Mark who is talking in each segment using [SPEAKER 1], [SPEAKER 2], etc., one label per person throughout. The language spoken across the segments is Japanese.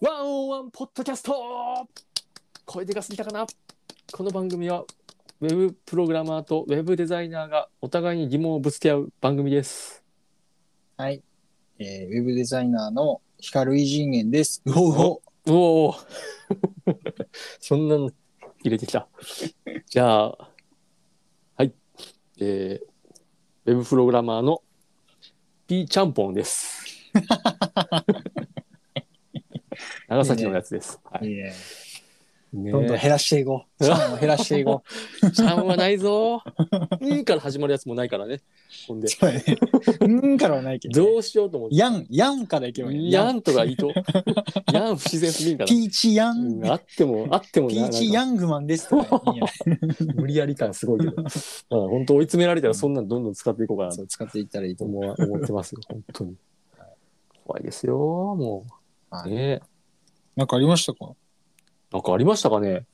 [SPEAKER 1] ワンオンワンポッドキャスト声でかすぎたかなこの番組はウェブプログラマーとウェブデザイナーがお互いに疑問をぶつけ合う番組です。
[SPEAKER 2] はい。えー、ウェブデザイナーの光井仁元です。うほうほ
[SPEAKER 1] おお そんなの入れてきた。じゃあ、はい。えー、ウェブプログラマーの P ちゃんぽん です。長崎のやつです。は
[SPEAKER 2] う
[SPEAKER 1] い。
[SPEAKER 2] え
[SPEAKER 1] ね
[SPEAKER 2] ーどんどん減らしていこ う。
[SPEAKER 1] ね
[SPEAKER 2] チャンを減らしていこ
[SPEAKER 1] ちゃんはないぞ。うんから始まるやつもないからね。ほん
[SPEAKER 2] う。
[SPEAKER 1] で、
[SPEAKER 2] そうやね。うんからはないけど、ね。
[SPEAKER 1] どうしようと思って。
[SPEAKER 2] やん、やんからいけばいい。
[SPEAKER 1] ヤンとかい いと。ヤン不自然すぎるから。
[SPEAKER 2] ピーチヤ
[SPEAKER 1] う
[SPEAKER 2] ン、
[SPEAKER 1] んあっても、あってもな
[SPEAKER 2] ピーチ
[SPEAKER 1] な
[SPEAKER 2] ヤングマンですとか、ね。いいや
[SPEAKER 1] んか無理やり感すごいけど。 だから本当追い詰められたらそんなんどんどん使っていこうかな
[SPEAKER 2] そ
[SPEAKER 1] と
[SPEAKER 2] う、使っていったらいいと思
[SPEAKER 1] 思わ思ってますよ。本当に。怖いですよ、も
[SPEAKER 2] う。は
[SPEAKER 1] う。
[SPEAKER 2] い
[SPEAKER 1] ね
[SPEAKER 2] なんかありましたか
[SPEAKER 1] なんかありましたかね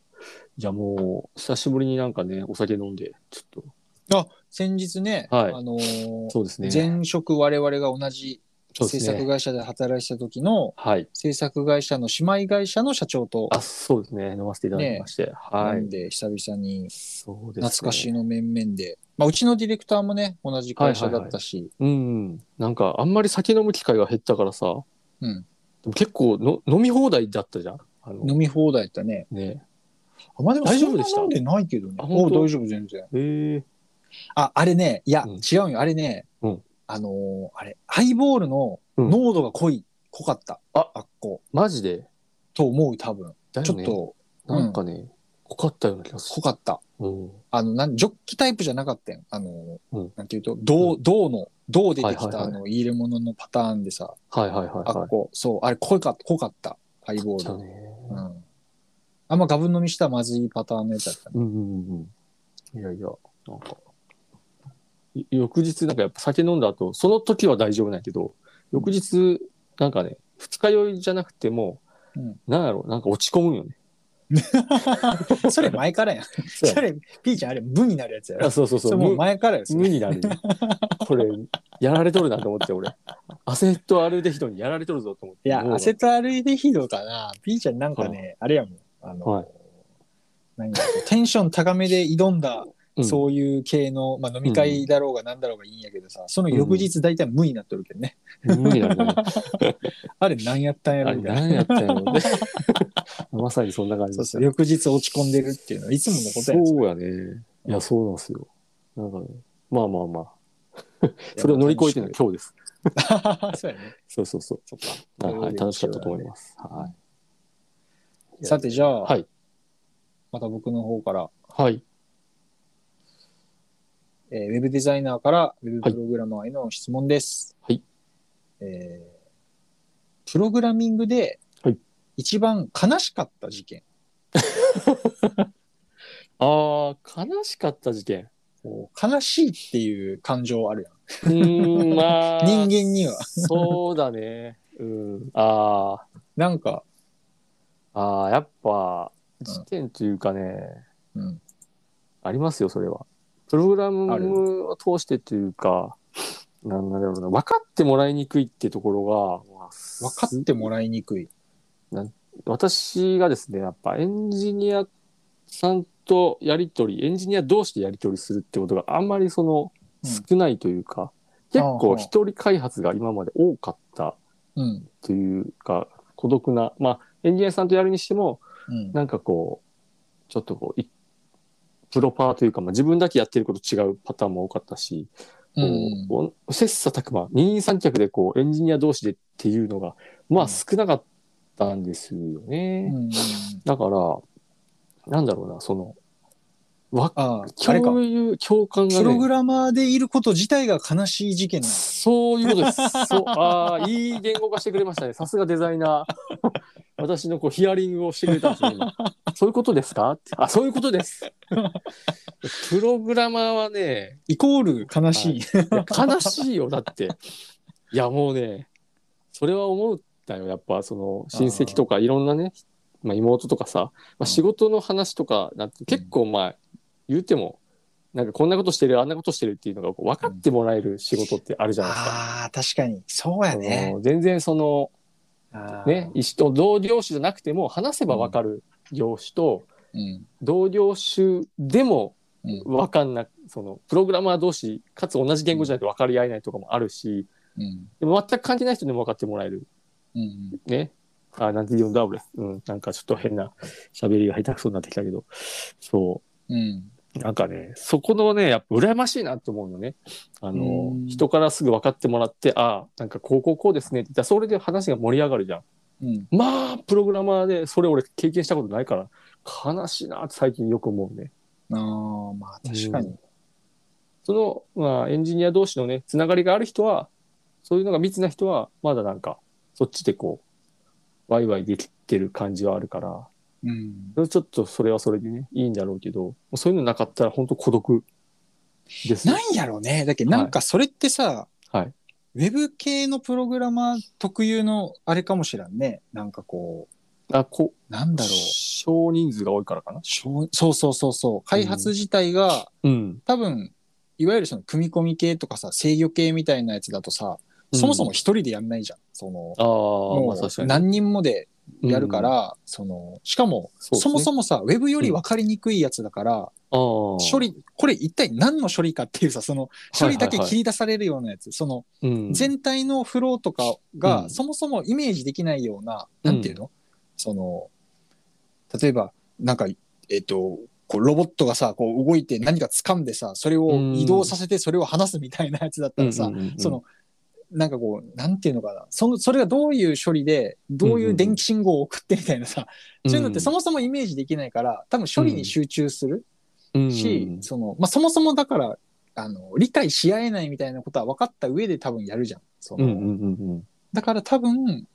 [SPEAKER 1] いやもう、久しぶりになんかね、お酒飲んで、ちょっ
[SPEAKER 2] あ、先日ね、
[SPEAKER 1] はい
[SPEAKER 2] あのー
[SPEAKER 1] と。そうですね。
[SPEAKER 2] 前職我々が同じ
[SPEAKER 1] そう
[SPEAKER 2] 制
[SPEAKER 1] です
[SPEAKER 2] 作
[SPEAKER 1] ね。
[SPEAKER 2] 会社で働いてた時の
[SPEAKER 1] はい。
[SPEAKER 2] 制作会社の姉妹会社の社長と
[SPEAKER 1] あ、そうですね。飲ませていただきまして。は
[SPEAKER 2] ないん。で久々に
[SPEAKER 1] そうですね。
[SPEAKER 2] 懐かしの面々で、まあ、うちのディレクターもね同じ会社だったし、
[SPEAKER 1] うん、なんかあんまり酒飲む機会が減ったからさ、
[SPEAKER 2] うん
[SPEAKER 1] でも結構の飲み放題だったじゃん。あの
[SPEAKER 2] 飲み放題やったね
[SPEAKER 1] ね
[SPEAKER 2] あまあで
[SPEAKER 1] もそんな
[SPEAKER 2] 飲んでないけどね
[SPEAKER 1] あ
[SPEAKER 2] お
[SPEAKER 1] 本当
[SPEAKER 2] 大丈夫全然
[SPEAKER 1] えー、
[SPEAKER 2] ああれねいや、
[SPEAKER 1] うん
[SPEAKER 2] 違うんよあれね、
[SPEAKER 1] うん
[SPEAKER 2] あのーあれハイボールの
[SPEAKER 1] うん
[SPEAKER 2] 濃度が濃い、濃かった
[SPEAKER 1] あ
[SPEAKER 2] あっこ
[SPEAKER 1] マジで
[SPEAKER 2] と思う多分
[SPEAKER 1] だ
[SPEAKER 2] ち
[SPEAKER 1] よ
[SPEAKER 2] ょっ
[SPEAKER 1] ね
[SPEAKER 2] と
[SPEAKER 1] なんかね、濃かったような気がす
[SPEAKER 2] 濃かった
[SPEAKER 1] る。うん、
[SPEAKER 2] あのなんジョッキタイプじゃなかったよあのー、
[SPEAKER 1] うん
[SPEAKER 2] なんていうと銅銅の銅ででき
[SPEAKER 1] はい
[SPEAKER 2] た
[SPEAKER 1] はい
[SPEAKER 2] あ
[SPEAKER 1] はい
[SPEAKER 2] の入れ物のパターンでさ、
[SPEAKER 1] はいはいはいは
[SPEAKER 2] あっこそうあれ濃いかった濃かったハイ
[SPEAKER 1] い。
[SPEAKER 2] ボー
[SPEAKER 1] だ
[SPEAKER 2] ル
[SPEAKER 1] よね。
[SPEAKER 2] うんあんまガブ飲みしたらまずいパターンのやつだったね。
[SPEAKER 1] うんうんうんうん。いやいや、なんかい翌日なんかやっぱ酒飲んだ後、その時は大丈夫なんやけど、翌日なんかね、二日酔いじゃなくても、
[SPEAKER 2] うん
[SPEAKER 1] なんやろう、なんか落ち込むよ ね。
[SPEAKER 2] それ前からやん。
[SPEAKER 1] そうや
[SPEAKER 2] それ、ピーちゃんあれ、無になるやつや
[SPEAKER 1] あ
[SPEAKER 2] ろ。
[SPEAKER 1] そうそうそ。
[SPEAKER 2] そうれもう前からやつ。
[SPEAKER 1] 無になるよ。これ、やられとるなと思って、俺。アセットアルデヒドにやられとるぞと思って。
[SPEAKER 2] いや、アセ
[SPEAKER 1] ト。
[SPEAKER 2] トアルデヒドかな。ピーちゃんなんかね、あれやもん。あの、
[SPEAKER 1] はい
[SPEAKER 2] 何だろうテンション高めで挑んだ、
[SPEAKER 1] うん
[SPEAKER 2] そういう系の、まあ、飲み会だろうが何だろうがいいんやけどさ、その翌日大体無になっとるけどね。
[SPEAKER 1] 無になるよね。
[SPEAKER 2] あれ何やったんや
[SPEAKER 1] あれ、
[SPEAKER 2] ろみたいな。
[SPEAKER 1] 何やったんやろうね。まさにそんな感じ
[SPEAKER 2] そ
[SPEAKER 1] で
[SPEAKER 2] う
[SPEAKER 1] した
[SPEAKER 2] そう、翌日落ち込んでるっていうのはいつものことやん
[SPEAKER 1] そうやね。いや、そうなんですよ。なんかね、まあまあまあ。それを乗り越えての今日です。
[SPEAKER 2] そうやね。
[SPEAKER 1] そうそうそう。
[SPEAKER 2] そっか。
[SPEAKER 1] はいはい、楽しかったと思います。は
[SPEAKER 2] さて、じゃあ、
[SPEAKER 1] はい
[SPEAKER 2] また僕の方から、
[SPEAKER 1] い。はい。
[SPEAKER 2] えーウェブデザイナーからウェブプログラマーへの質問です。
[SPEAKER 1] はい
[SPEAKER 2] えープログラミングで
[SPEAKER 1] はい、
[SPEAKER 2] 一番悲しかった事件、
[SPEAKER 1] ああ、悲しかった事 件。
[SPEAKER 2] こう悲しいっていう感情ある
[SPEAKER 1] うーん、まあ。
[SPEAKER 2] やん。人間には。
[SPEAKER 1] そうだね。うん。ああ。
[SPEAKER 2] なんか、
[SPEAKER 1] ああ、やっぱ、
[SPEAKER 2] ん
[SPEAKER 1] 事件というかね、
[SPEAKER 2] うん。
[SPEAKER 1] ありますよ、それは。プログラ
[SPEAKER 2] ある
[SPEAKER 1] ムを通してというか、なんだろうな、分かってもらいにくいってところが、まあ
[SPEAKER 2] 分かってもらいにくい。
[SPEAKER 1] 私がですね、やっぱエンジニアさんとやりとり、エンジニア同士でやりとりするってことがあんまりその
[SPEAKER 2] うん
[SPEAKER 1] 少ないというか、結構一人開発が今まで多かった
[SPEAKER 2] うん。
[SPEAKER 1] というか、孤独な、まあ、エンジニアさんとやるにしても、
[SPEAKER 2] うん。
[SPEAKER 1] なんかこう、ちょっとこう、いプロパーというか、まあ、自分だけやってること違うパターンも多かったし、
[SPEAKER 2] う。
[SPEAKER 1] こうんこう切磋琢磨、二人三脚でこう、エンジニア同士でっていうのが、ま
[SPEAKER 2] う
[SPEAKER 1] あ
[SPEAKER 2] ん
[SPEAKER 1] 少なかったんですよね。
[SPEAKER 2] うん
[SPEAKER 1] だから、なんだろうな、その、わ
[SPEAKER 2] ああ、あれか。
[SPEAKER 1] 共有、共感が
[SPEAKER 2] プログ
[SPEAKER 1] ね、
[SPEAKER 2] ラマーでいること自体が悲しい事件なの。
[SPEAKER 1] そういうことです。そうああ、いい言語化してくれましたね。さすがデザイナー。 私のこうヒアリングをしてくれたんですよ、今そういうことですかってあ、そういうことです。プログラマーはね、
[SPEAKER 2] イコール悲しい。
[SPEAKER 1] いや悲しいよ、だって。いや、もうね、それは思ったよ。やっぱ、その、親戚とかいろんなね、まあ、妹とかさ、まあ、仕事の話とかなんて、結構まあ、言うても、なんかこんなことしてる、あんなことしてるっていうのがこう分かってもらえる仕事ってあるじゃないですか。
[SPEAKER 2] ああ、確かに。そうやね。
[SPEAKER 1] うん全然その
[SPEAKER 2] あー
[SPEAKER 1] ね、一種と同業種じゃなくても話せば分かる業種と、
[SPEAKER 2] うん。
[SPEAKER 1] 同業種でも
[SPEAKER 2] うん。
[SPEAKER 1] 分かんなそのプログラマー同士かつ同じ言語じゃないと分かり合えないとかもあるし
[SPEAKER 2] うん。
[SPEAKER 1] でも全く関係ない人でも分かってもらえる
[SPEAKER 2] うん。
[SPEAKER 1] ねあなんて言うんだ俺、うん、なんかちょっと変な喋りが下手くそになってきたけどそう
[SPEAKER 2] うん。
[SPEAKER 1] なんかね、そこのね、やっぱ羨ましいなと思うのね。あの
[SPEAKER 2] う、ん
[SPEAKER 1] 人からすぐ分かってもらって、ああ、なんかこうこうこうですねって言ったら、それで話が盛り上がるじゃん。
[SPEAKER 2] うん。
[SPEAKER 1] まあ、プログラマーで、それ俺経験したことないから、悲しいなって最近よく思うね。
[SPEAKER 2] ああ、まあ確かに。
[SPEAKER 1] その、まあ、エンジニア同士のね、つながりがある人は、そういうのが密な人は、まだなんか、そっちでこう、ワイワイできてる感じはあるから、
[SPEAKER 2] うん。
[SPEAKER 1] ちょっとそれはそれでね、いいんだろうけど、もうそういうのなかったら本当孤独ですね。
[SPEAKER 2] なんやろうね。だけどなんかそれってさ、
[SPEAKER 1] はい
[SPEAKER 2] ウェブ系のプログラマー特有のあれかもしらんね。なんかこ
[SPEAKER 1] あ、こ
[SPEAKER 2] う、なんだろう。
[SPEAKER 1] 少人数が多いからかな。
[SPEAKER 2] そうそうそうそうそう。開発自体が、
[SPEAKER 1] うん。
[SPEAKER 2] 多分、いわゆるその組み込み系とかさ、制御系みたいなやつだとさ、そもそも一人でやんないじゃん。その、
[SPEAKER 1] ああ、ま
[SPEAKER 2] も
[SPEAKER 1] あ確か
[SPEAKER 2] う
[SPEAKER 1] に。
[SPEAKER 2] 何人もでやるから、その、しかも、
[SPEAKER 1] そう
[SPEAKER 2] そ
[SPEAKER 1] ですね
[SPEAKER 2] もそもさ、ウェブより分かりにくいやつだから、
[SPEAKER 1] ああ、
[SPEAKER 2] 処理、これ一体何の処理かっていうさ、その、処理だけ切り出されるようなやつ、その、
[SPEAKER 1] り
[SPEAKER 2] 全体のフローとか
[SPEAKER 1] う
[SPEAKER 2] が
[SPEAKER 1] ん
[SPEAKER 2] そもそもイメージできないような、
[SPEAKER 1] うん
[SPEAKER 2] なんていうのその、例えば、なんか、えっと、こうロボットがさ、こう動いて何か掴んでさ、それを移動させてそれを離すみたいなやつだったらさ、そ、の、なんかこう、なんていうのかな、その、それがどういう処理で、どういう電気信号を送ってみたいなさ、そういうのってそ
[SPEAKER 1] も
[SPEAKER 2] もそもイメージできないから、多分処理に集中するし、
[SPEAKER 1] うん
[SPEAKER 2] その、まあ、そもそもだから、あの、理解し合えないみたいなことは分かった上で多分やるじゃん。そ
[SPEAKER 1] うん
[SPEAKER 2] の、
[SPEAKER 1] うんうん
[SPEAKER 2] だから多分、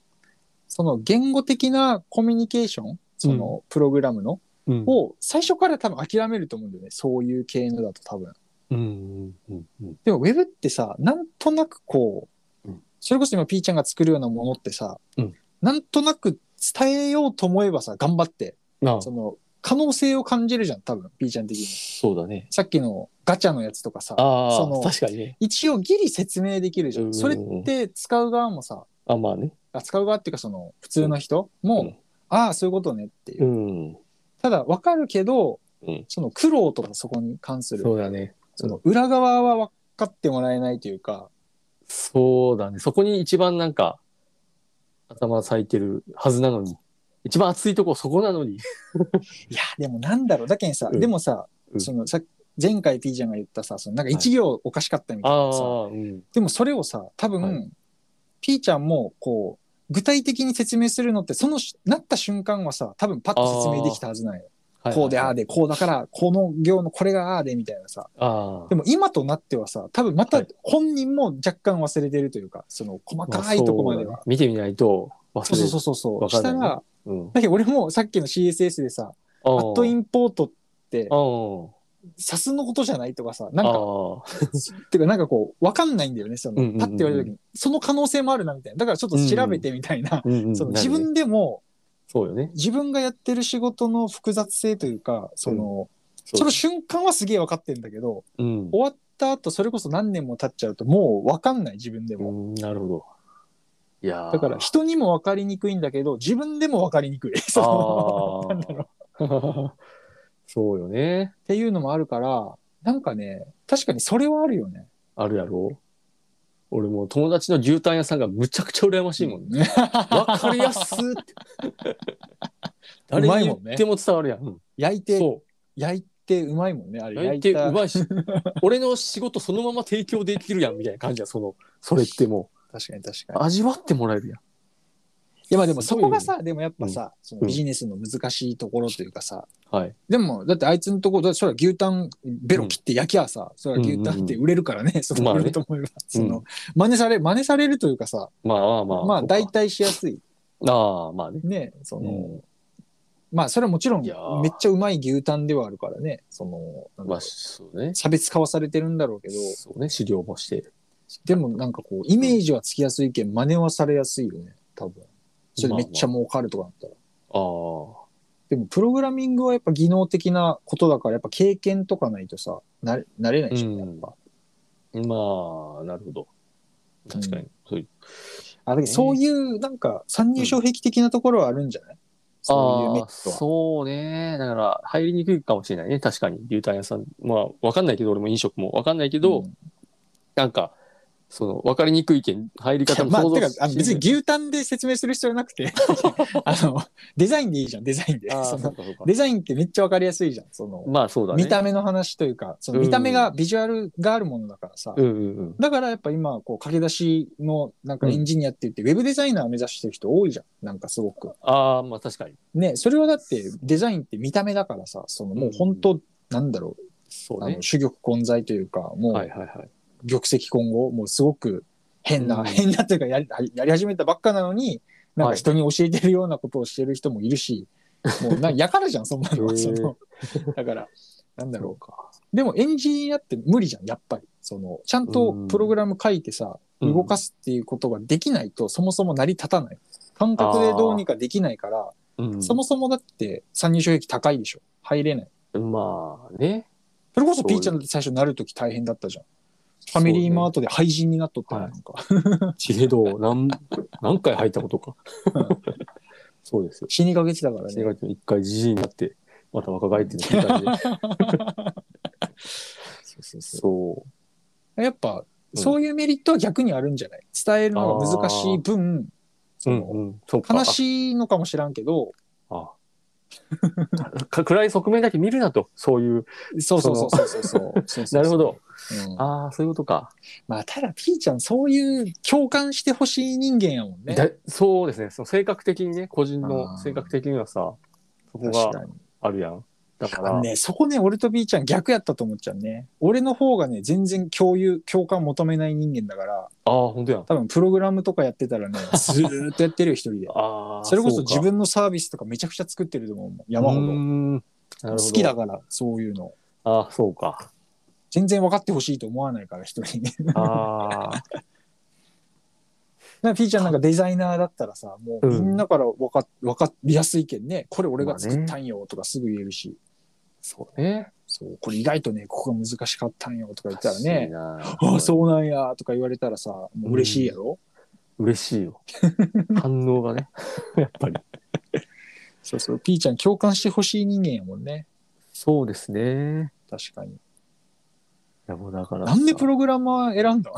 [SPEAKER 2] その言語的なコミュニケーション、そのプログラムの、
[SPEAKER 1] うん。
[SPEAKER 2] を最初から多分諦めると思うんだよね。そういう系のだと多分。
[SPEAKER 1] うんうんうん
[SPEAKER 2] でも Web ってさ、なんとなくこう
[SPEAKER 1] うん、
[SPEAKER 2] それこそ今 P ちゃんが作るようなものってさ、
[SPEAKER 1] うん
[SPEAKER 2] なんとなく伝えようと思えばさ、頑張って、
[SPEAKER 1] うん。あ
[SPEAKER 2] その可能性を感じるじゃん、多分 P ちゃん的に。
[SPEAKER 1] そうだね。
[SPEAKER 2] さっきのガチャのやつとかさ、
[SPEAKER 1] あ
[SPEAKER 2] その
[SPEAKER 1] あ、確かにね。
[SPEAKER 2] 一応ギリ説明できるじゃ
[SPEAKER 1] うん
[SPEAKER 2] ん。それって使う側もさ、
[SPEAKER 1] あ、まあね。
[SPEAKER 2] あ使う側っていうかその普通の人も、
[SPEAKER 1] うん
[SPEAKER 2] ああそういうことねっていう、
[SPEAKER 1] うん。
[SPEAKER 2] ただ分かるけど、
[SPEAKER 1] うん
[SPEAKER 2] その苦労とかそこに関する
[SPEAKER 1] そうだね。
[SPEAKER 2] その裏側は分かってもらえないというか、
[SPEAKER 1] そうだね。そこに一番なんか、頭咲いてるはずなのに。一番熱いとこそこなの に。
[SPEAKER 2] いやでもなんだろうだけにさ、
[SPEAKER 1] うん
[SPEAKER 2] でもさ、
[SPEAKER 1] うん
[SPEAKER 2] そのさ前回 P ちゃんが言ったさそのなんか一行おかしかったみたい
[SPEAKER 1] あ
[SPEAKER 2] なさ、
[SPEAKER 1] あ、うん。
[SPEAKER 2] でもそれをさ多分、
[SPEAKER 1] は
[SPEAKER 2] P ちゃんもこう具体的に説明するのってそのしなった瞬間はさ多分パッと説明できたはずなんよ、
[SPEAKER 1] はいはいはい
[SPEAKER 2] こうでああでこうだからこの行のこれがああでみたいなさ
[SPEAKER 1] ああ
[SPEAKER 2] で。も今となってはさ、多分ま
[SPEAKER 1] は
[SPEAKER 2] た
[SPEAKER 1] い
[SPEAKER 2] 本人も若干忘れてるというか、その細
[SPEAKER 1] まあ
[SPEAKER 2] かいとこま
[SPEAKER 1] そ
[SPEAKER 2] で
[SPEAKER 1] うだ
[SPEAKER 2] は
[SPEAKER 1] ね。見てみないと忘
[SPEAKER 2] そう
[SPEAKER 1] れ
[SPEAKER 2] そう
[SPEAKER 1] る。
[SPEAKER 2] そうそうそう
[SPEAKER 1] わか
[SPEAKER 2] し
[SPEAKER 1] んな
[SPEAKER 2] た
[SPEAKER 1] いね
[SPEAKER 2] ら、
[SPEAKER 1] うん。
[SPEAKER 2] だけど俺もさっきの CSS でさ、
[SPEAKER 1] ア
[SPEAKER 2] アットインポートって
[SPEAKER 1] あ、ー
[SPEAKER 2] サスのことじゃないとかさ、な
[SPEAKER 1] あ
[SPEAKER 2] んか、
[SPEAKER 1] ー。
[SPEAKER 2] てかなんかこう、わかんないんだよね、そ
[SPEAKER 1] うんうんうんう
[SPEAKER 2] の、
[SPEAKER 1] ん
[SPEAKER 2] パッて言われた時に、その可能性もあるなみたいな。だからちょっと調べてみたいな。
[SPEAKER 1] うんうん
[SPEAKER 2] その
[SPEAKER 1] なる
[SPEAKER 2] 自
[SPEAKER 1] ね
[SPEAKER 2] 分でも、
[SPEAKER 1] そうよね。
[SPEAKER 2] 自分がやってる仕事の複雑性というか、その、
[SPEAKER 1] そう
[SPEAKER 2] その瞬間はすげえわかってんだけど、
[SPEAKER 1] うん
[SPEAKER 2] 終わった後、それこそ何年も経っちゃうと、もうわかんない、自分で
[SPEAKER 1] う
[SPEAKER 2] も。
[SPEAKER 1] ん、なるほど。いやー
[SPEAKER 2] だから人にも分かりにくいんだけど自分でも分かりにくいその
[SPEAKER 1] あー
[SPEAKER 2] なんだろうっ
[SPEAKER 1] そうよね。
[SPEAKER 2] ていうのもあるからなんかね確かにそれはあるよね。
[SPEAKER 1] あるやろ俺もう友達の牛タン屋さんがむちゃくちゃ羨ましい もんね。
[SPEAKER 2] ね。
[SPEAKER 1] わかりやすーって。
[SPEAKER 2] う
[SPEAKER 1] 誰
[SPEAKER 2] まい
[SPEAKER 1] に
[SPEAKER 2] もんね
[SPEAKER 1] 言っても伝わるやん。うん
[SPEAKER 2] 焼いて
[SPEAKER 1] そ
[SPEAKER 2] 焼いてうまいもんねあ
[SPEAKER 1] う。
[SPEAKER 2] れ
[SPEAKER 1] 焼
[SPEAKER 2] 焼
[SPEAKER 1] い
[SPEAKER 2] い
[SPEAKER 1] て
[SPEAKER 2] た
[SPEAKER 1] うまいし、俺の仕事そのまま提供できるやんみたいな感じや、その、それっても
[SPEAKER 2] 確かに確
[SPEAKER 1] う。
[SPEAKER 2] かに。
[SPEAKER 1] 味わってもらえるやん。
[SPEAKER 2] いやまあでもそこがさでもやっぱさ、その
[SPEAKER 1] うん
[SPEAKER 2] ビジネスの難しいところというかさ
[SPEAKER 1] はい。
[SPEAKER 2] でもだってあいつのところそれは牛タンベロ切って焼きゃさ、それは牛タンって売れるからね、 そ
[SPEAKER 1] ま
[SPEAKER 2] の
[SPEAKER 1] あね
[SPEAKER 2] 売れると思えば、その、
[SPEAKER 1] うん
[SPEAKER 2] 真似され真似されるというかさ
[SPEAKER 1] まあまあまあ。
[SPEAKER 2] まあ
[SPEAKER 1] そうか
[SPEAKER 2] 代替しやすい
[SPEAKER 1] ああ、まあね。
[SPEAKER 2] ねその。
[SPEAKER 1] うん
[SPEAKER 2] まあそれはもちろん
[SPEAKER 1] いやー
[SPEAKER 2] めっちゃうまい牛タンではあるからねそのなんか
[SPEAKER 1] まあ、そうね。
[SPEAKER 2] 差別化はされてるんだろうけど
[SPEAKER 1] そうね、資料もして。
[SPEAKER 2] でもなんかこうイメージはつきやすいけん真似はされやすいよね多分それでめっちゃ儲かるとかなった
[SPEAKER 1] あ
[SPEAKER 2] ら、
[SPEAKER 1] あ。
[SPEAKER 2] でもプログラミングはやっぱ技能的なことだからやっぱ経験とかないとさなれなれないでし
[SPEAKER 1] う
[SPEAKER 2] ょ、
[SPEAKER 1] ん
[SPEAKER 2] やっぱ
[SPEAKER 1] まあ、なるほど。確かに。そういう
[SPEAKER 2] あだけどそういうなんか参入障壁的なところはあるんじゃない、そういう
[SPEAKER 1] あ
[SPEAKER 2] メリ
[SPEAKER 1] あ
[SPEAKER 2] ットは。
[SPEAKER 1] そうね。だから、入りにくいかもしれないね。確かに。牛タン屋さん。まあ、わかんないけど、俺も飲食もわかんないけど、
[SPEAKER 2] うん
[SPEAKER 1] なんか、その、わかりにくいけん、入り方も
[SPEAKER 2] まあ、
[SPEAKER 1] 想
[SPEAKER 2] て
[SPEAKER 1] 像
[SPEAKER 2] か
[SPEAKER 1] し
[SPEAKER 2] あの別に牛タンで説明する必要なくて あのデザインでいいじゃんデザインで
[SPEAKER 1] ああ
[SPEAKER 2] そ
[SPEAKER 1] そ
[SPEAKER 2] の
[SPEAKER 1] うかそうか
[SPEAKER 2] デザインってめっちゃわかりやすいじゃんその、
[SPEAKER 1] まあ、そうだね。
[SPEAKER 2] 見た目の話というかその
[SPEAKER 1] うん
[SPEAKER 2] 見た目がビジュアルがあるものだからさ、
[SPEAKER 1] うんうんうん。
[SPEAKER 2] だからやっぱ今こう駆け出しのなんかエンジニアって言って、ウェブデザイナー目指してる人多いじゃんなんかすごく。
[SPEAKER 1] ああ、まあ確かに。
[SPEAKER 2] ねそれはだってデザインって見た目だからさそのもう本当、なんだろ
[SPEAKER 1] そうう
[SPEAKER 2] あ
[SPEAKER 1] ね
[SPEAKER 2] の。珠玉混在というかもう、
[SPEAKER 1] はいはいはい。
[SPEAKER 2] 玉石混合もうすごく変な、
[SPEAKER 1] うん
[SPEAKER 2] 変なというかやり やり始めたばっかなのになん
[SPEAKER 1] は
[SPEAKER 2] か
[SPEAKER 1] い
[SPEAKER 2] 人に教えてるようなことをしてる人もい るし、もうなやからじゃんそんなの
[SPEAKER 1] へ
[SPEAKER 2] は
[SPEAKER 1] え
[SPEAKER 2] そのだからなんだ
[SPEAKER 1] そう
[SPEAKER 2] ろ
[SPEAKER 1] か。
[SPEAKER 2] うでもエンジニアって無理じゃんやっぱりそのちゃんとプログラム書いてさ、
[SPEAKER 1] うん
[SPEAKER 2] 動かすっていうことができないとそもそも成り立たない感覚でどうにかできないから、
[SPEAKER 1] うん、
[SPEAKER 2] そもそもだって参入障壁高いでしょ入れない
[SPEAKER 1] まあね。
[SPEAKER 2] それこそ
[SPEAKER 1] そう
[SPEAKER 2] ピーちゃんだって最初なるとき大変だったじゃんファミリーマートで廃人になっとったよなんか
[SPEAKER 1] ちげど、何、何回入ったことか。 そうですよ。
[SPEAKER 2] 死にかけてたから
[SPEAKER 1] 死に
[SPEAKER 2] ね。
[SPEAKER 1] かけても一回じじいになって、また若返ってるみたい で。そ
[SPEAKER 2] やっぱ、
[SPEAKER 1] うん
[SPEAKER 2] そういうメリットは逆にあるんじゃない伝えるのが難しい分、
[SPEAKER 1] う。
[SPEAKER 2] そうの
[SPEAKER 1] んうん。そうか。
[SPEAKER 2] 悲しいのかもしらんけど、
[SPEAKER 1] ああか暗い側面だけ見るなと。そういう。
[SPEAKER 2] そうそうそうそうそうそうそうそ う。
[SPEAKER 1] なるほど。
[SPEAKER 2] うん。
[SPEAKER 1] ああ、そういうことか。
[SPEAKER 2] まあ、ただ、ピーちゃん、そういう共感してほしい人間やもんね。
[SPEAKER 1] だそうですね。その性格的にね、個人
[SPEAKER 2] あ
[SPEAKER 1] の
[SPEAKER 2] ー
[SPEAKER 1] 性格的にはさ、そこ
[SPEAKER 2] 確
[SPEAKER 1] が
[SPEAKER 2] かに。
[SPEAKER 1] あるやん。だか
[SPEAKER 2] あの
[SPEAKER 1] ら、
[SPEAKER 2] ね、そこね、俺とピーちゃん逆やったと思っちゃうね。俺の方がね、全然共有、共感求めない人間だから、
[SPEAKER 1] ああ、本当やん。
[SPEAKER 2] 多分プログラムとかやってたらね、ずーっとやってるよ、一人で。
[SPEAKER 1] ああ、
[SPEAKER 2] それこそう
[SPEAKER 1] か
[SPEAKER 2] 自分のサービスとかめちゃくちゃ作ってると思うもん。山ほ
[SPEAKER 1] うー
[SPEAKER 2] ど。
[SPEAKER 1] んなるほど
[SPEAKER 2] 好きだから、そういうの。
[SPEAKER 1] ああ、そうか。
[SPEAKER 2] 全然分かってほしいと思わないから、人に。だか
[SPEAKER 1] あ あ、
[SPEAKER 2] らピーちゃんなんかデザイナーだったらさ、もう
[SPEAKER 1] う
[SPEAKER 2] み
[SPEAKER 1] ん
[SPEAKER 2] んなから分か分かりやすいけんね、これ俺が作ったんよとかすぐ言えるし、
[SPEAKER 1] そうね。
[SPEAKER 2] そう、これ意外とね、ここが難しかったんよとか言ったら
[SPEAKER 1] 嬉しい
[SPEAKER 2] ね、
[SPEAKER 1] な。
[SPEAKER 2] ああ、そうなんやとか言われたらさ、もう嬉しいやろ、
[SPEAKER 1] 嬉しいよ。反応がね。やっぱり。
[SPEAKER 2] そうそう、ピーちゃん共感してほしい人間やもんね。
[SPEAKER 1] そうですね。
[SPEAKER 2] 確かに。
[SPEAKER 1] いやもうだからさ。
[SPEAKER 2] なんでプログラマー選んだ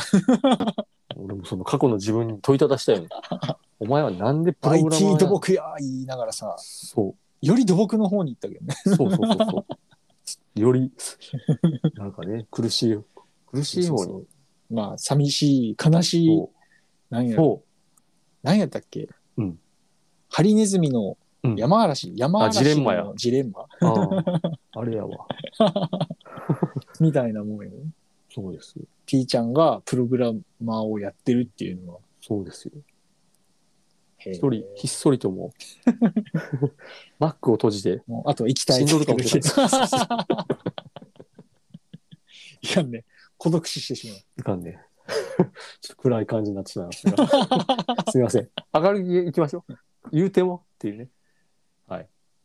[SPEAKER 1] 俺もその過去の自分に問いただした よね。お前はなんでプログラ
[SPEAKER 2] ?IT
[SPEAKER 1] マ
[SPEAKER 2] 土
[SPEAKER 1] ーや
[SPEAKER 2] 木や言いながらさ、
[SPEAKER 1] そう。
[SPEAKER 2] より土木の方に行ったけどね。
[SPEAKER 1] そうそうそうそう。よ り、なんかね、苦しい、苦しい方
[SPEAKER 2] そう
[SPEAKER 1] に。
[SPEAKER 2] そうまあ、寂しい、悲しい、
[SPEAKER 1] そ
[SPEAKER 2] なん
[SPEAKER 1] う。
[SPEAKER 2] や
[SPEAKER 1] そ
[SPEAKER 2] 何やったっけ、
[SPEAKER 1] うん
[SPEAKER 2] ハリネズミの
[SPEAKER 1] うん
[SPEAKER 2] 山嵐、山嵐の
[SPEAKER 1] あジレンマや
[SPEAKER 2] ジレンマ
[SPEAKER 1] う。ああ、あれやわ。
[SPEAKER 2] みたいなもんよ。
[SPEAKER 1] そうですよ。
[SPEAKER 2] P ちゃんがプログラマーをやってるっていうのは。
[SPEAKER 1] そうですよ。
[SPEAKER 2] 一
[SPEAKER 1] 一人、ひっそりと もう、マックを閉じて、
[SPEAKER 2] もうあとは行きたい
[SPEAKER 1] 死んどるかもしれ
[SPEAKER 2] ない。 いやね、孤独死してしまう。
[SPEAKER 1] いかんね。 ちょっと暗い感じになってしまいました が。すみません。明るい行きましょう。言うてもっていうね。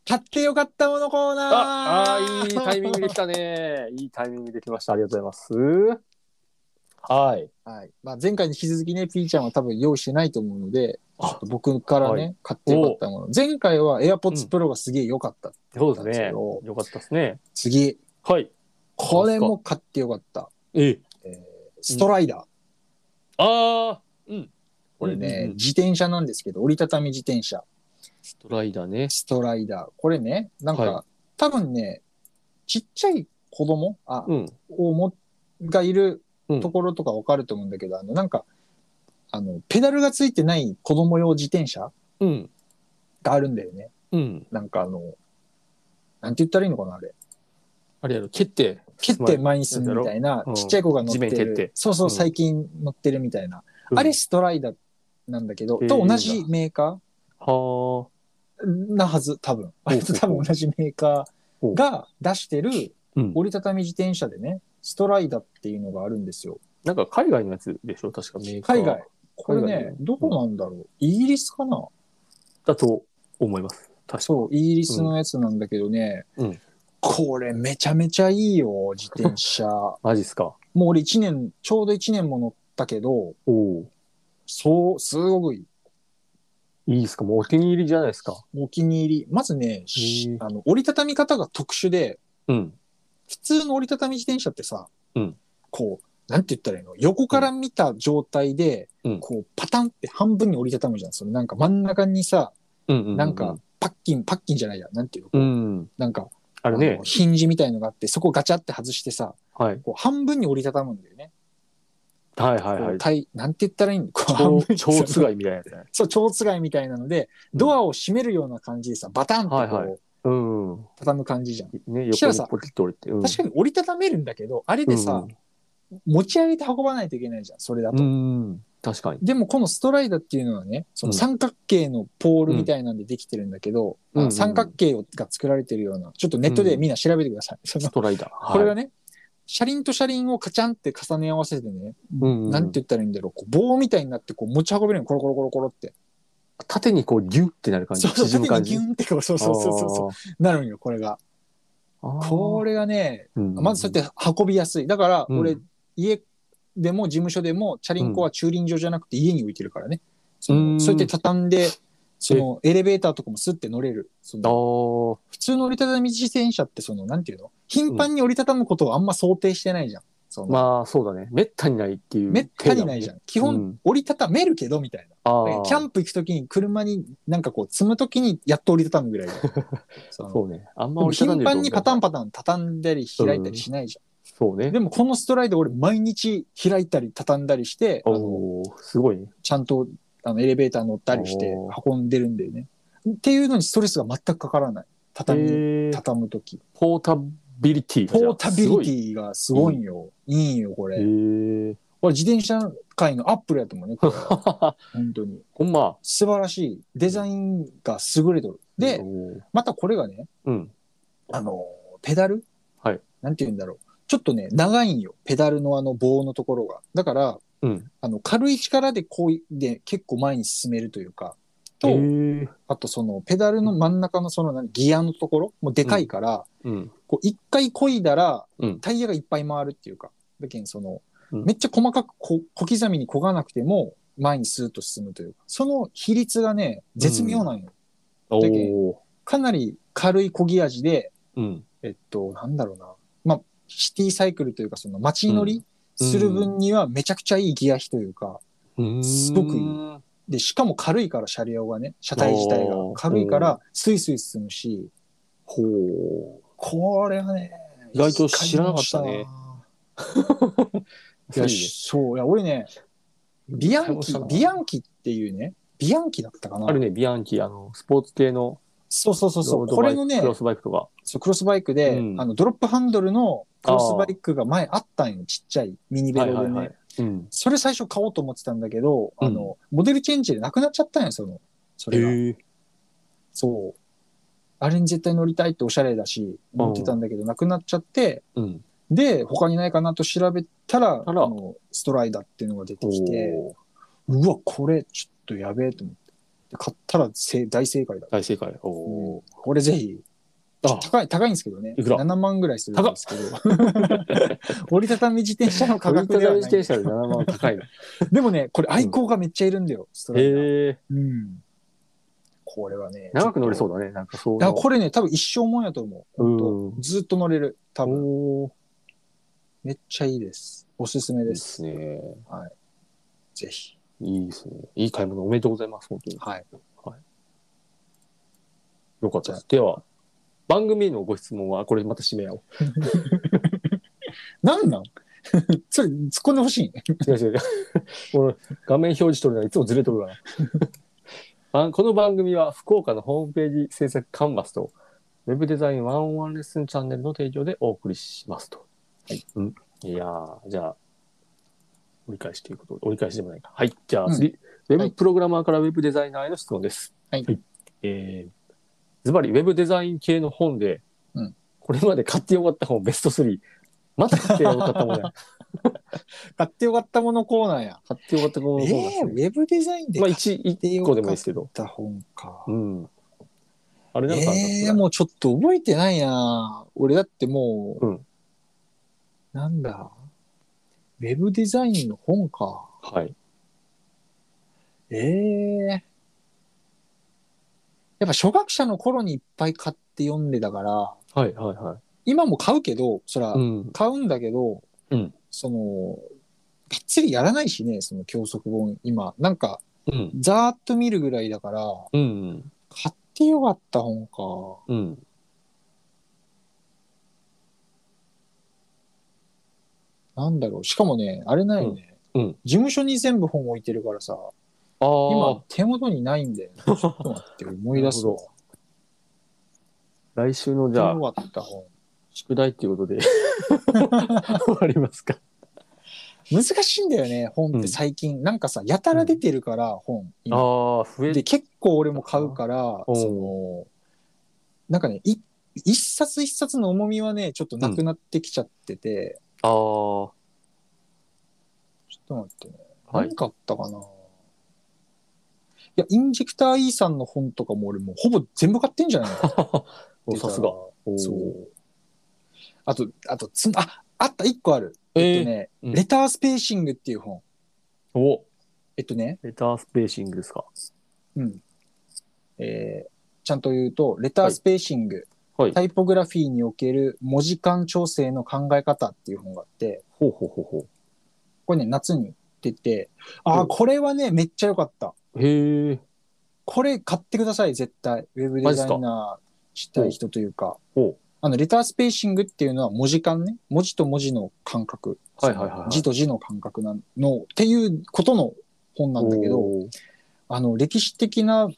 [SPEAKER 2] 買ってよかったものコーナー
[SPEAKER 1] ああー、いいタイミングできた ね。いいタイミングできました。ありがとうございます。はい。
[SPEAKER 2] はいまあ、前回に引き続きね、P ちゃんは多分用意してないと思うので、ちょっと僕からね、
[SPEAKER 1] は
[SPEAKER 2] 買ってよかったもの。前回は AirPods Pro がすげえ良かったって言
[SPEAKER 1] そ
[SPEAKER 2] っ
[SPEAKER 1] う
[SPEAKER 2] た
[SPEAKER 1] で
[SPEAKER 2] ん
[SPEAKER 1] す
[SPEAKER 2] ですけ
[SPEAKER 1] ね。
[SPEAKER 2] ど、
[SPEAKER 1] よかったですね。
[SPEAKER 2] 次、
[SPEAKER 1] はい。
[SPEAKER 2] これも買ってよかった。
[SPEAKER 1] ええ。
[SPEAKER 2] ストライダー。
[SPEAKER 1] ああ、うん。
[SPEAKER 2] これね、
[SPEAKER 1] うんうんうん
[SPEAKER 2] 自転車なんですけど、折りたたみ自転車。
[SPEAKER 1] ストライダーね。
[SPEAKER 2] ストライダー。これね、なんか、
[SPEAKER 1] は
[SPEAKER 2] 多分ね、ちっちゃい子供あ、
[SPEAKER 1] うん。
[SPEAKER 2] をも、がいる
[SPEAKER 1] うん
[SPEAKER 2] ところとかわかると思うんだけど、あの、なんか、あの、ペダルがついてない子供用自転車
[SPEAKER 1] うん。
[SPEAKER 2] があるんだよね。
[SPEAKER 1] うん。
[SPEAKER 2] なんかあの、なんて言ったらいいのかな、あれ。
[SPEAKER 1] あれやろ、蹴って。
[SPEAKER 2] 蹴って前に進むみたいな
[SPEAKER 1] う、ん
[SPEAKER 2] ちっちゃい子が乗って
[SPEAKER 1] 地面蹴っ
[SPEAKER 2] る
[SPEAKER 1] て。
[SPEAKER 2] そうそう、
[SPEAKER 1] うん
[SPEAKER 2] 最近乗ってるみたいな。
[SPEAKER 1] うん
[SPEAKER 2] あれ、ストライダーなんだけど、
[SPEAKER 1] へー
[SPEAKER 2] と同じメーカー
[SPEAKER 1] はあ。ほ
[SPEAKER 2] なはず、多分。あ
[SPEAKER 1] ほう
[SPEAKER 2] れと多分同じメーカーが出してる
[SPEAKER 1] うん。
[SPEAKER 2] 折りたたみ自転車でね、ストライダっていうのがあるんですよ。
[SPEAKER 1] なんか海外のやつでしょ確かメーカー。
[SPEAKER 2] 海外。これ
[SPEAKER 1] 海外
[SPEAKER 2] ね
[SPEAKER 1] ね、
[SPEAKER 2] どこなんだろうイギリスかな
[SPEAKER 1] だと思います。確か
[SPEAKER 2] そう、イギリスのやつなんだけどね、
[SPEAKER 1] うん
[SPEAKER 2] これめちゃめちゃいいよ、自転車。も
[SPEAKER 1] マジっすか。
[SPEAKER 2] う俺1年、ちょうど1年も乗ったけど、
[SPEAKER 1] おお。
[SPEAKER 2] そう、すごくいい。
[SPEAKER 1] いいですかもうお気に入りじゃないですか。
[SPEAKER 2] お気に入り。まずね、し
[SPEAKER 1] へー
[SPEAKER 2] あの折りたたみ方が特殊で、
[SPEAKER 1] うん。
[SPEAKER 2] 普通の折りたたみ自転車ってさ、
[SPEAKER 1] うん
[SPEAKER 2] こう、なんて言ったらいいの横から見た状態で、
[SPEAKER 1] うん
[SPEAKER 2] こう、パタンって半分に折りたたむじゃん。それなんか真ん中にさ、
[SPEAKER 1] うんうん、うん。
[SPEAKER 2] なんか、、パッキン、パッキンじゃないや。なんていうの、
[SPEAKER 1] うん。
[SPEAKER 2] なんか、
[SPEAKER 1] あれね
[SPEAKER 2] の、ヒンジみたいのがあって、そこガチャって外してさ、
[SPEAKER 1] はい。
[SPEAKER 2] こう半分に折りたたむんだよね。
[SPEAKER 1] はいはいは
[SPEAKER 2] こう
[SPEAKER 1] い。
[SPEAKER 2] 体なんて言ったらいいんだこう半分
[SPEAKER 1] 超
[SPEAKER 2] に
[SPEAKER 1] 超つがいみたいなやつね。
[SPEAKER 2] そう、蝶つがいみたいなので、ドアを閉めるような感じでさ、バタンってこう、
[SPEAKER 1] はいはいうん。
[SPEAKER 2] 畳む感じじゃん。
[SPEAKER 1] ね、
[SPEAKER 2] し
[SPEAKER 1] 横
[SPEAKER 2] たら
[SPEAKER 1] に
[SPEAKER 2] さ
[SPEAKER 1] ポキッと折れて。うん、
[SPEAKER 2] 確かに折りたためるんだけど、あれでさ、持ち上げて運ばないといけないじゃん、それだ
[SPEAKER 1] うん、う
[SPEAKER 2] と。
[SPEAKER 1] んうん。確かに。
[SPEAKER 2] でもこのストライダっていうのはね、その
[SPEAKER 1] うん
[SPEAKER 2] 三角形のポールみたいなんでできてるんだけど、
[SPEAKER 1] うん
[SPEAKER 2] あの三角形が作られてるような、ちょっとネットでみんな調べてください。 その
[SPEAKER 1] ストライダー。
[SPEAKER 2] これが
[SPEAKER 1] ね、
[SPEAKER 2] ね、車輪と車輪をカチャンって重ね合わせてね、
[SPEAKER 1] うんうん
[SPEAKER 2] なんて言ったらいいんだろう、こう棒みたいになってこう持ち運べるようにコロコロコロコロって。
[SPEAKER 1] 縦にこうギュッてなる感じ。
[SPEAKER 2] そうそう、
[SPEAKER 1] 縮む
[SPEAKER 2] 縦
[SPEAKER 1] 感
[SPEAKER 2] にギ
[SPEAKER 1] じ
[SPEAKER 2] ュ。ンってこう、そうそうそうそうそう。なるんよ、これが。
[SPEAKER 1] あー
[SPEAKER 2] こ、れがね、
[SPEAKER 1] うん
[SPEAKER 2] まずそうやって運びやすい。だから、
[SPEAKER 1] うん
[SPEAKER 2] 俺、家でも事務所でも、チャリンコは駐輪場じゃなくて家に置いてるからね。その
[SPEAKER 1] うん
[SPEAKER 2] そうやって畳んで、そのエレベーターとかもスッて乗れる。そ
[SPEAKER 1] あ
[SPEAKER 2] の
[SPEAKER 1] ー
[SPEAKER 2] 普通の折りたたみ自転車って、その、なんていうの頻繁に折りたたむことをあんま想定してないじゃん。その
[SPEAKER 1] まあそうだね。めったにないっていう。
[SPEAKER 2] めったにないじゃ
[SPEAKER 1] ん。
[SPEAKER 2] ん。基
[SPEAKER 1] う
[SPEAKER 2] 本、折りたためるけど、みたいな。
[SPEAKER 1] あ
[SPEAKER 2] だから
[SPEAKER 1] ー
[SPEAKER 2] キャンプ行くときに、車になんかこう、積むときに、やっと折りたたむぐらいだよその
[SPEAKER 1] そうね。あん
[SPEAKER 2] で
[SPEAKER 1] ま
[SPEAKER 2] も
[SPEAKER 1] 折りたたんでる
[SPEAKER 2] 頻
[SPEAKER 1] と
[SPEAKER 2] 繁にパタンパタン畳んだり開いたりしないじ
[SPEAKER 1] そう
[SPEAKER 2] ゃん。
[SPEAKER 1] ね
[SPEAKER 2] で。もこのストライド俺毎日開いたり畳んだりして、あの
[SPEAKER 1] おおすごいね。
[SPEAKER 2] ちゃんとあのエレベーター乗ったりして
[SPEAKER 1] お
[SPEAKER 2] 運んでるんだよね。っていうのにストレスが全くかからない。
[SPEAKER 1] へ
[SPEAKER 2] 畳み、
[SPEAKER 1] ー
[SPEAKER 2] 畳むとき。
[SPEAKER 1] ポータビリティ。
[SPEAKER 2] ポータビ
[SPEAKER 1] すごい
[SPEAKER 2] リティがすごいんよ。いいんよ、こ
[SPEAKER 1] へ
[SPEAKER 2] れ。
[SPEAKER 1] ー
[SPEAKER 2] 俺自転車界のアップルやと 思うね。これ本当に。
[SPEAKER 1] ほんま。
[SPEAKER 2] 素晴らしい。デザインが優れとる。で、
[SPEAKER 1] おー
[SPEAKER 2] またこれがね、
[SPEAKER 1] うん。
[SPEAKER 2] あの、ペダル
[SPEAKER 1] はい。
[SPEAKER 2] なんて言うんだろう。ちょっとね、長いんよ。ペダルのあの棒のところが。だから、
[SPEAKER 1] うん。
[SPEAKER 2] あの、軽い力でこうい、で、結構前に進めるというか、と、
[SPEAKER 1] へー
[SPEAKER 2] あとその、ペダルの真ん中のその、何ギアのところもうでかいから、
[SPEAKER 1] うん。
[SPEAKER 2] こう、一回漕いだら
[SPEAKER 1] うん、
[SPEAKER 2] タイヤがいっぱい回るっていうか、だけんその、
[SPEAKER 1] うん
[SPEAKER 2] めっちゃ細かくこ小刻みに漕がなくても、前にスーッと進むというか、その比率がね、絶妙なんよ。
[SPEAKER 1] お
[SPEAKER 2] だけ
[SPEAKER 1] お
[SPEAKER 2] かなり軽い漕ぎ味で、
[SPEAKER 1] うん。
[SPEAKER 2] えっと、なんだろうな。まあ、シティサイクルというか、その街乗り
[SPEAKER 1] うん
[SPEAKER 2] する分にはめちゃくちゃいいギア比というか、
[SPEAKER 1] うーん
[SPEAKER 2] すごくいい。で、しかも軽いから車両がね、車体自体が
[SPEAKER 1] おー
[SPEAKER 2] 軽いから、スイスイ進むし、
[SPEAKER 1] ほう。
[SPEAKER 2] これはね、
[SPEAKER 1] 意外と知らなかったね
[SPEAKER 2] いい買い物したな。いや、そう、いや、俺ね、ビアンキ、ビアンキっていうね、ビアンキだったかな。
[SPEAKER 1] あるね、ビアンキ、あの、スポーツ系の
[SPEAKER 2] そうそうそうそ
[SPEAKER 1] ロ
[SPEAKER 2] う、
[SPEAKER 1] ード
[SPEAKER 2] こ
[SPEAKER 1] バ
[SPEAKER 2] れ
[SPEAKER 1] イク
[SPEAKER 2] のね
[SPEAKER 1] ク、ロスバイクとか。
[SPEAKER 2] そうクロスバイクで、
[SPEAKER 1] うん
[SPEAKER 2] あの、ドロップハンドルのクロスバイクが前あったんよ、ちっちゃいミニベロでね。
[SPEAKER 1] い。うん。
[SPEAKER 2] それ最初買おうと思ってたんだけど、
[SPEAKER 1] うん
[SPEAKER 2] あの、モデルチェンジでなくなっちゃったんや、その、それが。
[SPEAKER 1] へえ。
[SPEAKER 2] そう。あれに絶対乗りたいっておしゃれだし、
[SPEAKER 1] ん
[SPEAKER 2] 思ってたんだけど、なくなっちゃって、
[SPEAKER 1] うん。
[SPEAKER 2] で、他にないかなと調べたら、
[SPEAKER 1] あら
[SPEAKER 2] のストライダっていうのが出て
[SPEAKER 1] お
[SPEAKER 2] きて、
[SPEAKER 1] お。
[SPEAKER 2] うわ、これちょっとやべえと思って。で買ったらせ大正解だ。
[SPEAKER 1] 大正解。お
[SPEAKER 2] うん
[SPEAKER 1] お。
[SPEAKER 2] これぜひ、ちょっ
[SPEAKER 1] あ
[SPEAKER 2] と、高い、高いんですけどね。
[SPEAKER 1] いくら
[SPEAKER 2] 7万ぐらいするんですけど。 折りたたみ自転車の価
[SPEAKER 1] 価格
[SPEAKER 2] 格では
[SPEAKER 1] 自
[SPEAKER 2] ない。
[SPEAKER 1] 転車で7万高 いな。
[SPEAKER 2] でもね、これ愛好がめっちゃいるんだよ、ストライダ
[SPEAKER 1] へえ。
[SPEAKER 2] うん。これはね。
[SPEAKER 1] 長く乗れそううだね。なんかそう。
[SPEAKER 2] だからこれね、多分一生もんやと思う。本
[SPEAKER 1] う
[SPEAKER 2] 当ずっと乗れる。多分。
[SPEAKER 1] おお。
[SPEAKER 2] めっちゃいいです。おすすめ
[SPEAKER 1] いい
[SPEAKER 2] で。
[SPEAKER 1] ですすね。
[SPEAKER 2] ぜひ。
[SPEAKER 1] いいですね。いい買い物おめでとうございます。本当に。
[SPEAKER 2] はい。
[SPEAKER 1] よかったです。では、番組へのご質問は、これまた締めよう。
[SPEAKER 2] なん なんそれ、突っ込んでほしい。
[SPEAKER 1] 違う違う 違う。俺、画面表示取るのがいつもずれとるから。 あこの番組は福岡のホームページ制作カンバスとウェブデザインワンワンレッスンチャンネルの提供でお送りしますと。はい。うん、いやー、じゃあ、折り返しということで、折り返しでもないか。はい。じゃあ次、ウェ
[SPEAKER 2] は
[SPEAKER 1] ブ
[SPEAKER 2] い
[SPEAKER 1] プログラマーからウェブデザイナーへの質問です。
[SPEAKER 2] はい
[SPEAKER 1] えー、ズバリ、ウェブデザイン系の本で、
[SPEAKER 2] うん
[SPEAKER 1] これまで買ってよかった本ベスト3。また買ってよかったもんね。
[SPEAKER 2] 買ってよかったものコーナーや。
[SPEAKER 1] 買ってよかったも
[SPEAKER 2] え
[SPEAKER 1] のそうなんです
[SPEAKER 2] ー、
[SPEAKER 1] ね
[SPEAKER 2] ウ。ェブデザインで
[SPEAKER 1] まあ
[SPEAKER 2] 買っ
[SPEAKER 1] 一一
[SPEAKER 2] てよか
[SPEAKER 1] 個
[SPEAKER 2] っ
[SPEAKER 1] でもいいですけど。
[SPEAKER 2] た本か
[SPEAKER 1] う。ん。あれなんかあ
[SPEAKER 2] えー、
[SPEAKER 1] った
[SPEAKER 2] もうちょっと覚えてないな俺だってもう、
[SPEAKER 1] うん
[SPEAKER 2] なんだウェブデザインの本か。
[SPEAKER 1] はい。
[SPEAKER 2] ええやっぱ初学者の頃にいっぱい買って読んでたから、
[SPEAKER 1] はいはいは
[SPEAKER 2] 今も買うけど、そら
[SPEAKER 1] い。う、ん。
[SPEAKER 2] 買うんだけど、
[SPEAKER 1] うん
[SPEAKER 2] その、がっつりやらないしね、その教則本、今。なんか、
[SPEAKER 1] うん。
[SPEAKER 2] ざーっと見るぐらいだから、
[SPEAKER 1] うん。
[SPEAKER 2] 買ってよかった本か。
[SPEAKER 1] うん。
[SPEAKER 2] なんだろう。しかもね、あれないよね。
[SPEAKER 1] うんうん
[SPEAKER 2] 事務所に全部本置いてるからさ、
[SPEAKER 1] ああ。
[SPEAKER 2] 今手元にないんだよ、ね。ちょっと待って、思い 出すわ。
[SPEAKER 1] 来週のじゃあ
[SPEAKER 2] よ、かった本。
[SPEAKER 1] 宿題っていうことで終わりますか。
[SPEAKER 2] 難しいんだよね、本って最近。なんかさ、やたら出てるから、本。
[SPEAKER 1] ああ
[SPEAKER 2] 今、
[SPEAKER 1] 増え
[SPEAKER 2] で、
[SPEAKER 1] る。
[SPEAKER 2] 結構俺も買うから、
[SPEAKER 1] うん
[SPEAKER 2] その、なんかね、い一冊一冊の重みはね、ちょっとなくなってきちゃってて、
[SPEAKER 1] ああ。は
[SPEAKER 2] ちょっと待ってね。
[SPEAKER 1] い
[SPEAKER 2] 何。買ったかな、い、や、インジェクター E さんの本とかも俺もうほぼ全部買ってんじゃないの
[SPEAKER 1] おさすが。。
[SPEAKER 2] 出たらそ
[SPEAKER 1] おー。
[SPEAKER 2] う。あと、あとつん、あ、あった、一個ある。
[SPEAKER 1] えー
[SPEAKER 2] えっとね、
[SPEAKER 1] うん
[SPEAKER 2] レタースペーシングっていう本。
[SPEAKER 1] お
[SPEAKER 2] えっとね、
[SPEAKER 1] レタースペーシングですか。
[SPEAKER 2] うん。えーちゃんと言うと、レタースペーシング、
[SPEAKER 1] はい。
[SPEAKER 2] タイポグラフィーにおける文字間調整の考え方っていう本があって、
[SPEAKER 1] ほうほうほうほ
[SPEAKER 2] これね、夏に出て、
[SPEAKER 1] お
[SPEAKER 2] ああ、これはね、めっちゃ良かった。
[SPEAKER 1] う。へえ。
[SPEAKER 2] これ買ってください、絶対。ウェブデザイナーしたい人というか、
[SPEAKER 1] ほ
[SPEAKER 2] あの、レタースペーシングっていうのは文字間ね、文字と文字の間隔。
[SPEAKER 1] はいはいはいはい
[SPEAKER 2] 字と字の間隔なんの、っていうことの本
[SPEAKER 1] う。
[SPEAKER 2] なんだけど、
[SPEAKER 1] おー。
[SPEAKER 2] あの、歴史的な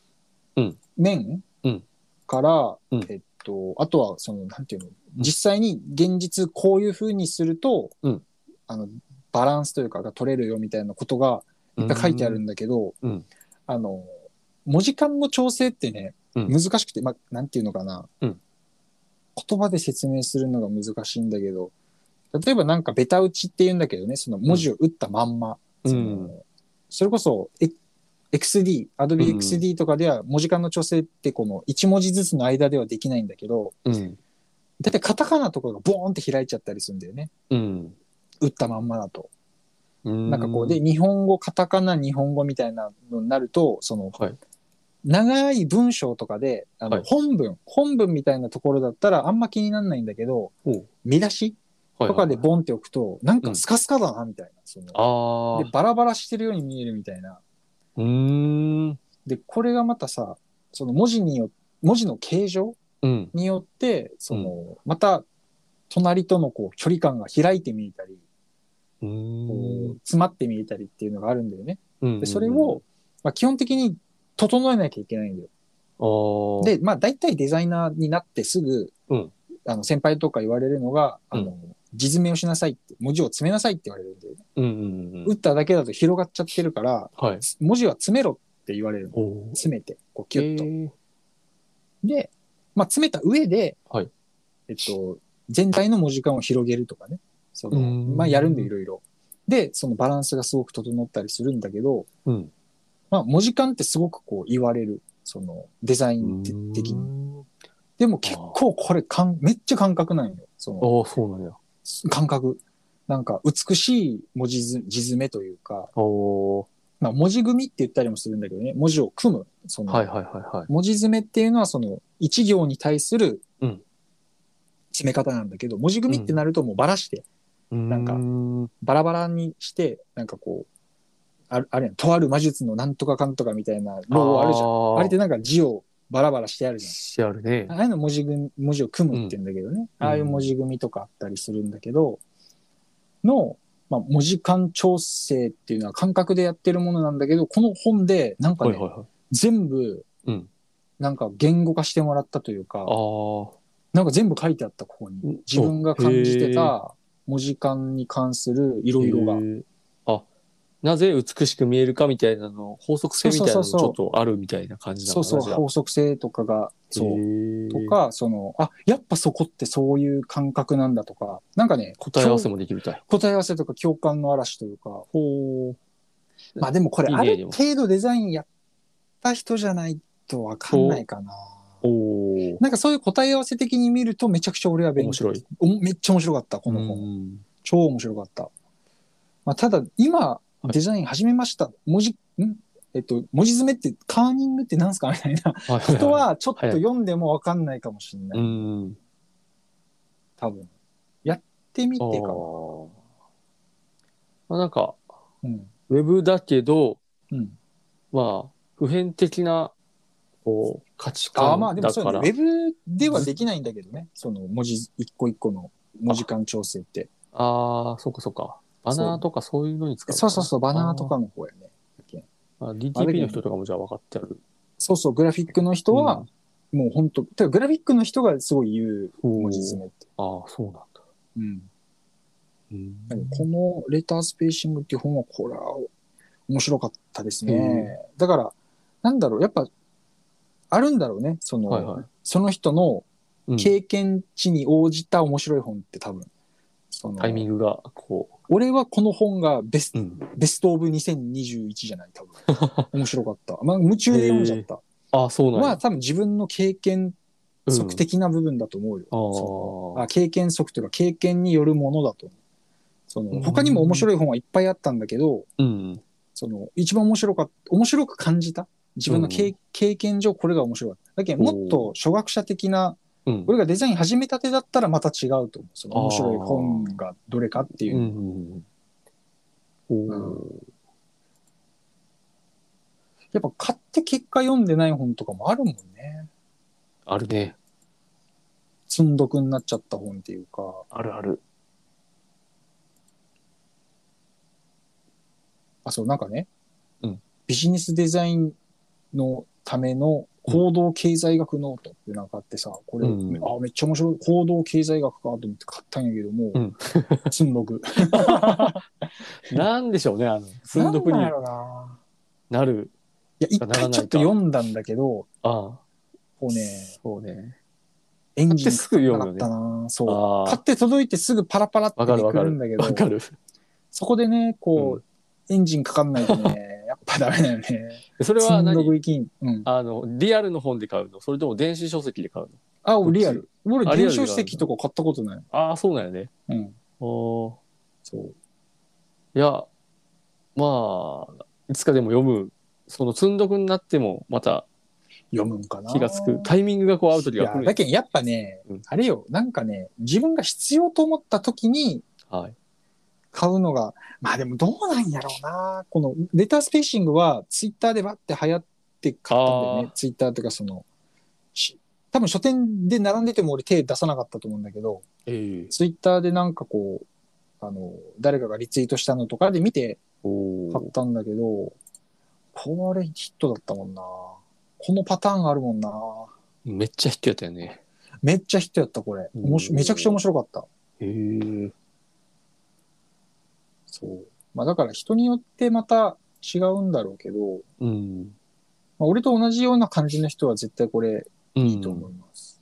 [SPEAKER 1] うん
[SPEAKER 2] 面
[SPEAKER 1] うん
[SPEAKER 2] から、
[SPEAKER 1] うん
[SPEAKER 2] えっと、あとは、その、なんていうの、実際に現実こういうふうにすると、
[SPEAKER 1] うん
[SPEAKER 2] あの、バランスというかが取れるよみたいなことがいっぱい書いてあるんだけど、
[SPEAKER 1] うんうん
[SPEAKER 2] あの、文字間の調整ってね、
[SPEAKER 1] うん
[SPEAKER 2] 難しくて、まあ、なんていうのかな、
[SPEAKER 1] うん
[SPEAKER 2] 言葉で説明するのが難しいんだけど、例えばなんかベタ打ちって言うんだけどね、その文字を打ったまんま、
[SPEAKER 1] うん
[SPEAKER 2] その
[SPEAKER 1] うん
[SPEAKER 2] それこそ、え XD、
[SPEAKER 1] う
[SPEAKER 2] Adobe
[SPEAKER 1] ん
[SPEAKER 2] XD とかでは文字間の調整ってこの1文字ずつの間ではできないんだけど、
[SPEAKER 1] うん。
[SPEAKER 2] だいたいカタカナとかがボーンって開いちゃったりするんだよね。
[SPEAKER 1] うん。
[SPEAKER 2] 打ったまんまだと。
[SPEAKER 1] うん。
[SPEAKER 2] なんかこうで、日本語、カタカナ、日本語みたいなのになると、その、
[SPEAKER 1] はい
[SPEAKER 2] 長い文章とかで、あの
[SPEAKER 1] はい
[SPEAKER 2] 本文、本文みたいなところだったらあんま気にならないんだけど、
[SPEAKER 1] ほう。
[SPEAKER 2] 見出し
[SPEAKER 1] はいはい
[SPEAKER 2] とかでボンって置くと、なんかスカスカだな、みたいな。その
[SPEAKER 1] ああ
[SPEAKER 2] で、。バラバラしてるように見えるみたいな。
[SPEAKER 1] うーん。
[SPEAKER 2] で、これがまたさ、その文字によ、文字の形状
[SPEAKER 1] うん。
[SPEAKER 2] によって、その、また、隣とのこう、距離感が開いて見えたり、
[SPEAKER 1] う
[SPEAKER 2] こ
[SPEAKER 1] ー。
[SPEAKER 2] うん詰まって見えたりっていうのがあるんだよね。
[SPEAKER 1] うん
[SPEAKER 2] で、それを、まあ、基本的に整えなきゃいけないんだよ。
[SPEAKER 1] ああ。、
[SPEAKER 2] で、まあ、大体デザイナーになってすぐ、
[SPEAKER 1] うん
[SPEAKER 2] あの、先輩とか言われるのが、あ
[SPEAKER 1] う
[SPEAKER 2] の、字詰めをしなさいって、文字を詰めなさいって言われるんだよね。
[SPEAKER 1] うんうんうんう
[SPEAKER 2] 打
[SPEAKER 1] ん。
[SPEAKER 2] っただけだと広がっちゃってるから、
[SPEAKER 1] はい。
[SPEAKER 2] 文字は詰めろって言われるの。
[SPEAKER 1] おお。
[SPEAKER 2] 詰めて、こう、キュッと
[SPEAKER 1] へ。ー
[SPEAKER 2] で、まあ、詰めた上で、
[SPEAKER 1] はい
[SPEAKER 2] えっと、全体の文字間を広げるとかね。その、
[SPEAKER 1] うん
[SPEAKER 2] まあ、やるんでいろいろ。で、そのバランスがすごく整ったりするんだけど、
[SPEAKER 1] うん。
[SPEAKER 2] まあ、文字間ってすごくこう言われる。その、デザインて的に。
[SPEAKER 1] に。
[SPEAKER 2] でも結構これかん、めっちゃ感覚なんよ。その、
[SPEAKER 1] ああ、そうなんや。
[SPEAKER 2] 感覚。なんか、美しい文字ず字詰めというか、
[SPEAKER 1] おお。
[SPEAKER 2] まあ、文字組みって言ったりもするんだけどね、文字を組む。その、
[SPEAKER 1] はいはいはいはい。
[SPEAKER 2] 文字詰めっていうのはその一行に対する
[SPEAKER 1] うん
[SPEAKER 2] 詰め方なんだけど、文字組みってなるともうばらして、
[SPEAKER 1] なん
[SPEAKER 2] か
[SPEAKER 1] うん
[SPEAKER 2] バラバラにしてなんかこうあるあれやんとある魔術のなんとかかんとかみたいなのあるじゃんあ
[SPEAKER 1] ん
[SPEAKER 2] れでなんか字をバラバラしてあるじゃん
[SPEAKER 1] してあるね。
[SPEAKER 2] ああいうの文字組み文字を組むって言うんだけどね、
[SPEAKER 1] うん
[SPEAKER 2] ああいう文字組みとかあったりするんだけどの、まあ、文字間調整っていうのは感覚でやってるものなんだけどこの本でなんか
[SPEAKER 1] は
[SPEAKER 2] ね、
[SPEAKER 1] いはいはい。
[SPEAKER 2] 全部
[SPEAKER 1] うん
[SPEAKER 2] なんか言語化してもらったというか、
[SPEAKER 1] ああ。
[SPEAKER 2] なんか全部書いてあった、ここ
[SPEAKER 1] うん
[SPEAKER 2] に。自分が感じてた文字間に関するいろいろが
[SPEAKER 1] へ。ーあなぜ美しく見えるかみたいなの法則性みたいなのもち
[SPEAKER 2] そうそ
[SPEAKER 1] ょっ
[SPEAKER 2] う
[SPEAKER 1] とあるみたいな感じな
[SPEAKER 2] そ
[SPEAKER 1] の
[SPEAKER 2] う
[SPEAKER 1] か
[SPEAKER 2] そう、
[SPEAKER 1] なじゃあ
[SPEAKER 2] 法則性とかが、そう。
[SPEAKER 1] へー
[SPEAKER 2] とか、その、あ、やっぱそこってそういう感覚なんだとか、なんかね、
[SPEAKER 1] 答え合わせ
[SPEAKER 2] 共
[SPEAKER 1] もできるみたい。
[SPEAKER 2] 答え合わせとか共感の嵐というか、
[SPEAKER 1] ほう。
[SPEAKER 2] まあでもこれ
[SPEAKER 1] いい
[SPEAKER 2] あ
[SPEAKER 1] ね
[SPEAKER 2] る程度デザインやった人じゃないとわかんないかな。
[SPEAKER 1] おお。
[SPEAKER 2] なんかそういう答え合わせ的に見るとめちゃくちゃ俺は勉
[SPEAKER 1] 面白
[SPEAKER 2] 強。
[SPEAKER 1] い。
[SPEAKER 2] おめっちゃ面白かった、この本。
[SPEAKER 1] うん
[SPEAKER 2] 超面白かった。まあ、ただ、今、
[SPEAKER 1] い
[SPEAKER 2] デザイン始めました。文字、んえっと、文字詰めって、カーニングってなんすかみたい な
[SPEAKER 1] はいはいい
[SPEAKER 2] 人、は、ちょっと
[SPEAKER 1] はい
[SPEAKER 2] 読んでもわかんないかもしれな
[SPEAKER 1] う
[SPEAKER 2] い。
[SPEAKER 1] ん。
[SPEAKER 2] 多分。やってみ
[SPEAKER 1] あ
[SPEAKER 2] てかな。
[SPEAKER 1] ーまあ、なんか、
[SPEAKER 2] うん。
[SPEAKER 1] ウェブだけど、
[SPEAKER 2] うん。
[SPEAKER 1] まあ、普遍的な、こう、価値
[SPEAKER 2] ああ、
[SPEAKER 1] 観
[SPEAKER 2] まあでも
[SPEAKER 1] だ
[SPEAKER 2] そ
[SPEAKER 1] か
[SPEAKER 2] う
[SPEAKER 1] ら。
[SPEAKER 2] ねウェブではできないんだけどね。その文字、一個一個の文字間調整って。
[SPEAKER 1] ああ、そうかそうか。バナーとかそういうのに使うのか
[SPEAKER 2] そ
[SPEAKER 1] な
[SPEAKER 2] うそうそう、バナーとかの方やね。
[SPEAKER 1] あ DTP の人とかもじゃあ分かってある。
[SPEAKER 2] そうそう、グラフィックの人は、もう本当、てかグラフィックの人がすごい言う
[SPEAKER 1] うん、
[SPEAKER 2] 文字詰めって。
[SPEAKER 1] ああ、そうなんだ。
[SPEAKER 2] うん。
[SPEAKER 1] うん
[SPEAKER 2] でもこのレタースペーシングっていう本は、これは面白かったですね。
[SPEAKER 1] う
[SPEAKER 2] だから、なんだろう、やっぱ、あるんだろうね。その、
[SPEAKER 1] はいはい
[SPEAKER 2] その人の
[SPEAKER 1] うん
[SPEAKER 2] 経験値に応じた面白い本って多分、その
[SPEAKER 1] タイミングが、こ
[SPEAKER 2] 俺はこの本がベス
[SPEAKER 1] う。
[SPEAKER 2] ト、
[SPEAKER 1] うん、
[SPEAKER 2] ベストオブ2021じゃない、多 分。面白かった。まあ、夢中で読んじゃった。
[SPEAKER 1] ああ、そうなん
[SPEAKER 2] まあ
[SPEAKER 1] だ。
[SPEAKER 2] 多分自分の経験
[SPEAKER 1] うん
[SPEAKER 2] 則的な部分だと思うよ。
[SPEAKER 1] あー
[SPEAKER 2] そのあ経験則というか経験によるものだと思う。そ
[SPEAKER 1] うん
[SPEAKER 2] の他にも面白い本はいっぱいあったんだけど、
[SPEAKER 1] うん。
[SPEAKER 2] その一番面白かっ面白く感じた自分の経,、
[SPEAKER 1] う
[SPEAKER 2] 経験上これが面白かった。だけどもっと初学者的な、
[SPEAKER 1] うん。
[SPEAKER 2] 俺がデザイン始めたてだったらまた違うと思う。その面白い本がどれかっていうう。
[SPEAKER 1] んうんうんおー
[SPEAKER 2] やっぱ買って結果読んでない本とかもあるもんね。
[SPEAKER 1] あるね。
[SPEAKER 2] 積んどくになっちゃった本っていうか。
[SPEAKER 1] あるある。
[SPEAKER 2] あ、そう、なんかね、
[SPEAKER 1] うん
[SPEAKER 2] ビジネスデザインのための行動経済学ノートってなんかあってさ、これ、
[SPEAKER 1] うん
[SPEAKER 2] あ、めっちゃ面白い。行動経済学かと思って買ったんやけど、も
[SPEAKER 1] う、
[SPEAKER 2] うん積んどく。
[SPEAKER 1] なんでしょうね、あの、寸読
[SPEAKER 2] なん
[SPEAKER 1] に
[SPEAKER 2] やろな。
[SPEAKER 1] なる。
[SPEAKER 2] いや、一
[SPEAKER 1] ならない
[SPEAKER 2] 回
[SPEAKER 1] か
[SPEAKER 2] ちょっと読んだんだけど、
[SPEAKER 1] ああ。
[SPEAKER 2] こうね、
[SPEAKER 1] そうね。
[SPEAKER 2] エン
[SPEAKER 1] 買っ
[SPEAKER 2] ジ
[SPEAKER 1] て
[SPEAKER 2] ン
[SPEAKER 1] すぐ
[SPEAKER 2] な
[SPEAKER 1] 読
[SPEAKER 2] か
[SPEAKER 1] むよ
[SPEAKER 2] っ
[SPEAKER 1] ね
[SPEAKER 2] た。な。そう。
[SPEAKER 1] あ
[SPEAKER 2] 買っ
[SPEAKER 1] あ。
[SPEAKER 2] て届いてすぐパラパラって
[SPEAKER 1] わかる
[SPEAKER 2] 出
[SPEAKER 1] わ
[SPEAKER 2] てく
[SPEAKER 1] か
[SPEAKER 2] る
[SPEAKER 1] る
[SPEAKER 2] んだけ。ど
[SPEAKER 1] わ、かる。
[SPEAKER 2] そこでね、こ
[SPEAKER 1] う
[SPEAKER 2] う、エンジンかかんないとね、 やっぱダメだよね。
[SPEAKER 1] それは
[SPEAKER 2] 積んどく
[SPEAKER 1] 何
[SPEAKER 2] いきん。うん。
[SPEAKER 1] あの、リアルの本で買うのそれとも電子書籍で買うの
[SPEAKER 2] あ、
[SPEAKER 1] っち
[SPEAKER 2] リアル。俺、
[SPEAKER 1] あリアル
[SPEAKER 2] 電子書籍とか買ったことない。
[SPEAKER 1] ああ、そうなんやね。
[SPEAKER 2] うん。
[SPEAKER 1] おー
[SPEAKER 2] そう。
[SPEAKER 1] いや、まあ、いつかでも読む、その積んどくになっても、また
[SPEAKER 2] 読むんかな。
[SPEAKER 1] 気がつく、タイミングがこう合う時
[SPEAKER 2] い
[SPEAKER 1] が
[SPEAKER 2] や
[SPEAKER 1] 来、る。
[SPEAKER 2] だけどやっぱね、
[SPEAKER 1] うん
[SPEAKER 2] あれよ、なんかね、自分が必要と思った時に
[SPEAKER 1] はい。
[SPEAKER 2] 買うのが、まあでもどうなんやろうな。このレタースペーシングはツイッターでバって流行って買ったんだよ
[SPEAKER 1] あ
[SPEAKER 2] ね。ツイッターというかその、し多分書店で並んでても俺手出さなかったと思うんだけど、
[SPEAKER 1] ええ
[SPEAKER 2] ツイッターでなんかこう、あの、誰かがリツイートしたのとかで見て
[SPEAKER 1] お
[SPEAKER 2] 買
[SPEAKER 1] ー
[SPEAKER 2] ったんだけど、これヒットだったもんな。このパターンあるもんな。
[SPEAKER 1] めっちゃヒットやったよね。
[SPEAKER 2] めっちゃヒットやった、これ。おもし
[SPEAKER 1] うん
[SPEAKER 2] めちゃくちゃ面白かった。
[SPEAKER 1] へえ。
[SPEAKER 2] そう。まあだから人によってまた違うんだろうけど、
[SPEAKER 1] うん。
[SPEAKER 2] まあ、俺と同じような感じの人は絶対これ
[SPEAKER 1] い
[SPEAKER 2] いいと思います。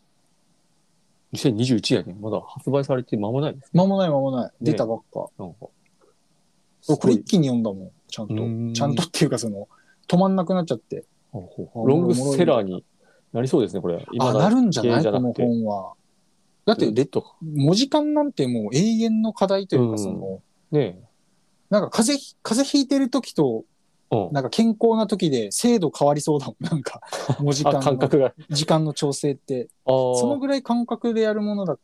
[SPEAKER 1] 2021やね。まだ発売されて間もないです。
[SPEAKER 2] 間もない間もない。
[SPEAKER 1] ね
[SPEAKER 2] 出たばっか。
[SPEAKER 1] なんか。
[SPEAKER 2] 俺これ
[SPEAKER 1] すごい
[SPEAKER 2] 一気に読んだもん。ちゃんと。
[SPEAKER 1] うん
[SPEAKER 2] ちゃんとっていうかその、止まんなくなっちゃって。
[SPEAKER 1] ほうほうロングセラーになりそうですね、これ。
[SPEAKER 2] あ、
[SPEAKER 1] だ
[SPEAKER 2] なるんじゃない
[SPEAKER 1] じゃ
[SPEAKER 2] こ
[SPEAKER 1] な
[SPEAKER 2] の
[SPEAKER 1] くて
[SPEAKER 2] 本は。だって、レ
[SPEAKER 1] ドか。
[SPEAKER 2] 文字間なんてもう永遠の課題というかその、
[SPEAKER 1] うね
[SPEAKER 2] なんか風邪ひ、風邪ひいてる時と、
[SPEAKER 1] え。うん。
[SPEAKER 2] なんか健康な時で精度変わりそうだもん。なんか、文字間
[SPEAKER 1] あ、感
[SPEAKER 2] の、
[SPEAKER 1] 覚が。あ
[SPEAKER 2] 時間の調整って。
[SPEAKER 1] あー。
[SPEAKER 2] そのぐらい感覚でやるものだと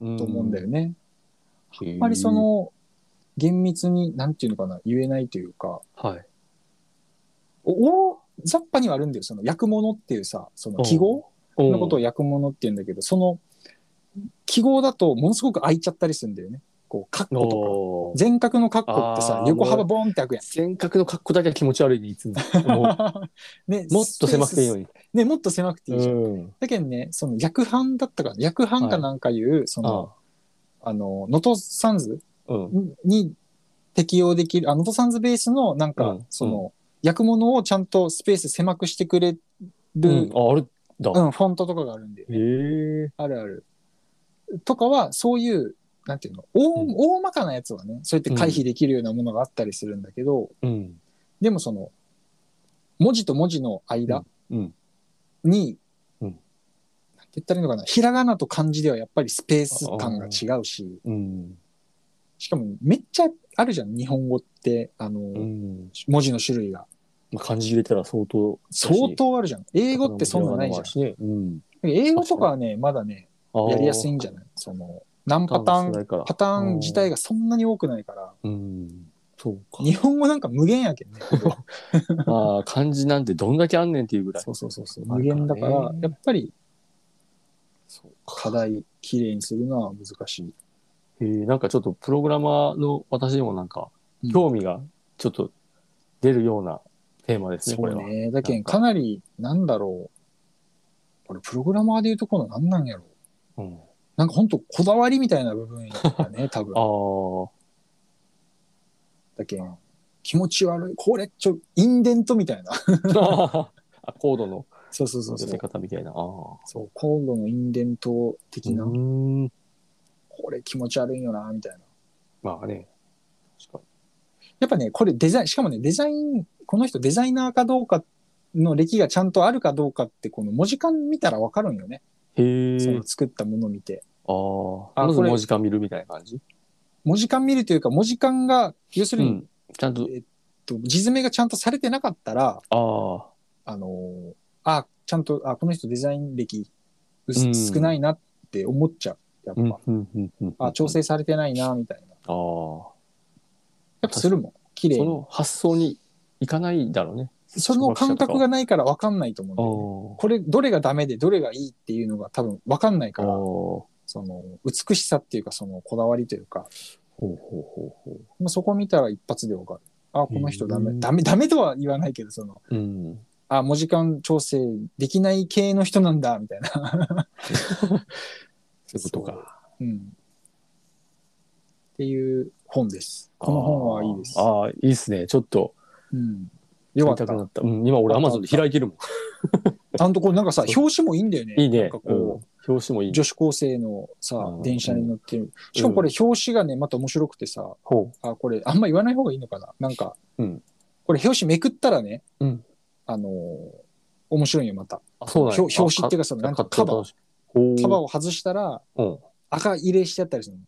[SPEAKER 2] 思うんだよね。
[SPEAKER 1] うん。や
[SPEAKER 2] あんまりそ、の、厳密に、なんていうのかな、言えないというか、
[SPEAKER 1] はい。
[SPEAKER 2] おお雑把にはあるんだよ。その、薬物っていうさ、その記号のことを
[SPEAKER 1] や
[SPEAKER 2] 薬物って言うんだけど、その、記号だとものすごく空いちゃったりするんだよね。こう、カッコとか。全角のカッコって
[SPEAKER 1] あ
[SPEAKER 2] さ
[SPEAKER 1] ー、
[SPEAKER 2] 横幅ボーンって開くやん。
[SPEAKER 1] 尖角の格好だけは気持ち悪いね、いつも。も
[SPEAKER 2] ね
[SPEAKER 1] う もっと狭くていいの
[SPEAKER 2] に。
[SPEAKER 1] に。
[SPEAKER 2] ね、もっと狭くていいじゃん。
[SPEAKER 1] うん。
[SPEAKER 2] だけどね、その、薬版だったから、薬版かなんかいう、その、
[SPEAKER 1] あ
[SPEAKER 2] あの、能登サンズ
[SPEAKER 1] あうん。
[SPEAKER 2] に適用できる、あの、トサンズベースの、なん
[SPEAKER 1] う
[SPEAKER 2] か
[SPEAKER 1] ん、
[SPEAKER 2] その、薬物をちゃんとスペース狭くしてくれる、うん、
[SPEAKER 1] あ、あれだ。
[SPEAKER 2] フォントとかがあるんで、
[SPEAKER 1] へえ。
[SPEAKER 2] あるある。とかは、そういう、なんていうの、大,、
[SPEAKER 1] うん
[SPEAKER 2] 大まかなやつはね、そうやって回避できるようなものがあったりするんだけど、
[SPEAKER 1] うん。
[SPEAKER 2] でもその、文字と文字の間
[SPEAKER 1] うん。
[SPEAKER 2] に、
[SPEAKER 1] うん
[SPEAKER 2] なんて言ったらいいのかな、ひらがなと漢字ではやっぱりスペース感が違うし、
[SPEAKER 1] うん。
[SPEAKER 2] しかもめっちゃあるじゃん、日本語って、あの、
[SPEAKER 1] うん。
[SPEAKER 2] 文字の種類が。
[SPEAKER 1] まあ、漢字入れたら相当
[SPEAKER 2] 相当あるじゃん。英語ってそんなないじゃん。
[SPEAKER 1] ん、ねうん、
[SPEAKER 2] 英語とかはね、まだね、
[SPEAKER 1] あー
[SPEAKER 2] やりやすいんじゃないその、何パターン、パターン自体がそんなに多くないから、
[SPEAKER 1] うんそうか
[SPEAKER 2] 日本語なんか無限やけんね。
[SPEAKER 1] まあ漢字なんてどんだけあんねんっていうぐらい
[SPEAKER 2] そうそうそうそう。無限だから、やっぱり
[SPEAKER 1] そう
[SPEAKER 2] 課題きれいにするのは難しい。
[SPEAKER 1] えーなんかちょっとプログラマーの私でもなんか
[SPEAKER 2] うん
[SPEAKER 1] 興味がちょっと出るようなテーマですね、
[SPEAKER 2] そ
[SPEAKER 1] これ
[SPEAKER 2] う
[SPEAKER 1] は。
[SPEAKER 2] ね。だけ
[SPEAKER 1] なん
[SPEAKER 2] ん、
[SPEAKER 1] か
[SPEAKER 2] かなり、なんだろう。これ、プログラマーで言うとこのなんなんやろ。
[SPEAKER 1] うん、
[SPEAKER 2] なんか本当こだわりみたいな部分やね、多 分
[SPEAKER 1] あ。ー
[SPEAKER 2] だけん、気持ち悪い。これ、ちょ、インデントみたいな。
[SPEAKER 1] あコードの
[SPEAKER 2] そうそうそう
[SPEAKER 1] 寄
[SPEAKER 2] そう
[SPEAKER 1] せ。方みたいな。あー
[SPEAKER 2] そう、コードのインデント的な、
[SPEAKER 1] うーん
[SPEAKER 2] これ気持ち悪いよな、みたいな。
[SPEAKER 1] まあね。確か
[SPEAKER 2] やっぱね、これデザイン、しかもね、デザイン、この人デザイナーかどうかの歴がちゃんとあるかどうかって、この文字間見たらわかるんよね。
[SPEAKER 1] に。
[SPEAKER 2] そ
[SPEAKER 1] へえ
[SPEAKER 2] の。作ったもの見て。
[SPEAKER 1] あー
[SPEAKER 2] あ
[SPEAKER 1] まず
[SPEAKER 2] これ
[SPEAKER 1] 文字間見るみたいな感じ。
[SPEAKER 2] 文字間見るというか、文字間が、要す
[SPEAKER 1] う
[SPEAKER 2] るに、
[SPEAKER 1] ん。ちゃんと、
[SPEAKER 2] と字詰めがちゃんとされてなかったら、
[SPEAKER 1] あ
[SPEAKER 2] あのーあ、ちゃんと、あ、この人デザイン歴う
[SPEAKER 1] うん
[SPEAKER 2] 少ないなって思っちゃう。やっ
[SPEAKER 1] あ。うん
[SPEAKER 2] ぱ、
[SPEAKER 1] うんうんうん
[SPEAKER 2] あ、調。整されてないな、みたいな。
[SPEAKER 1] ああ。そ
[SPEAKER 2] やっぱするもん。綺麗に。
[SPEAKER 1] の発想にいかないだろうね。
[SPEAKER 2] その感覚がないから分かんないと思うん
[SPEAKER 1] あ
[SPEAKER 2] だよね。
[SPEAKER 1] ー
[SPEAKER 2] これどれがダメでどれがいいっていうのが多分分かんない
[SPEAKER 1] あ
[SPEAKER 2] か
[SPEAKER 1] ー。
[SPEAKER 2] ら
[SPEAKER 1] ほ
[SPEAKER 2] その美しさっていうかそのこだわりというか
[SPEAKER 1] うほうほうほ
[SPEAKER 2] まあそこ見たら一発で分かるあこの人ダメ
[SPEAKER 1] うん
[SPEAKER 2] ダメダメとは言わないけどその
[SPEAKER 1] う。うん。
[SPEAKER 2] あ文字間調整できない系の人なんだみたいな、
[SPEAKER 1] そういうことか。
[SPEAKER 2] うん、っていう本ですこの本はいいです
[SPEAKER 1] あ、ーあー、いいですね。ちょっと。
[SPEAKER 2] うん、よかっ
[SPEAKER 1] 買い
[SPEAKER 2] た
[SPEAKER 1] くなった。うん、今俺
[SPEAKER 2] よ
[SPEAKER 1] アマ
[SPEAKER 2] かっ
[SPEAKER 1] ゾ
[SPEAKER 2] た
[SPEAKER 1] ンで開いてるも
[SPEAKER 2] ちゃんとこれなんかさ
[SPEAKER 1] そう
[SPEAKER 2] 表紙もいいんだよね
[SPEAKER 1] ん。いい
[SPEAKER 2] な
[SPEAKER 1] ね
[SPEAKER 2] んか。
[SPEAKER 1] う
[SPEAKER 2] こ
[SPEAKER 1] ん表紙もいい。
[SPEAKER 2] う女子高生のさ
[SPEAKER 1] うん
[SPEAKER 2] 電車に乗ってるしかもこれ表紙がねまた面白くてさ
[SPEAKER 1] ほ
[SPEAKER 2] あ、これ、あんま言わない方がいいのかななんか、
[SPEAKER 1] うん
[SPEAKER 2] これ、表紙めくったらね、
[SPEAKER 1] うん
[SPEAKER 2] あのー面白いよ、また。
[SPEAKER 1] う。あ、そうなん
[SPEAKER 2] 表表紙っていうか、その、なんかカバー、
[SPEAKER 1] ー
[SPEAKER 2] カバーを外したら、
[SPEAKER 1] を。
[SPEAKER 2] 赤入れしてあったりするの。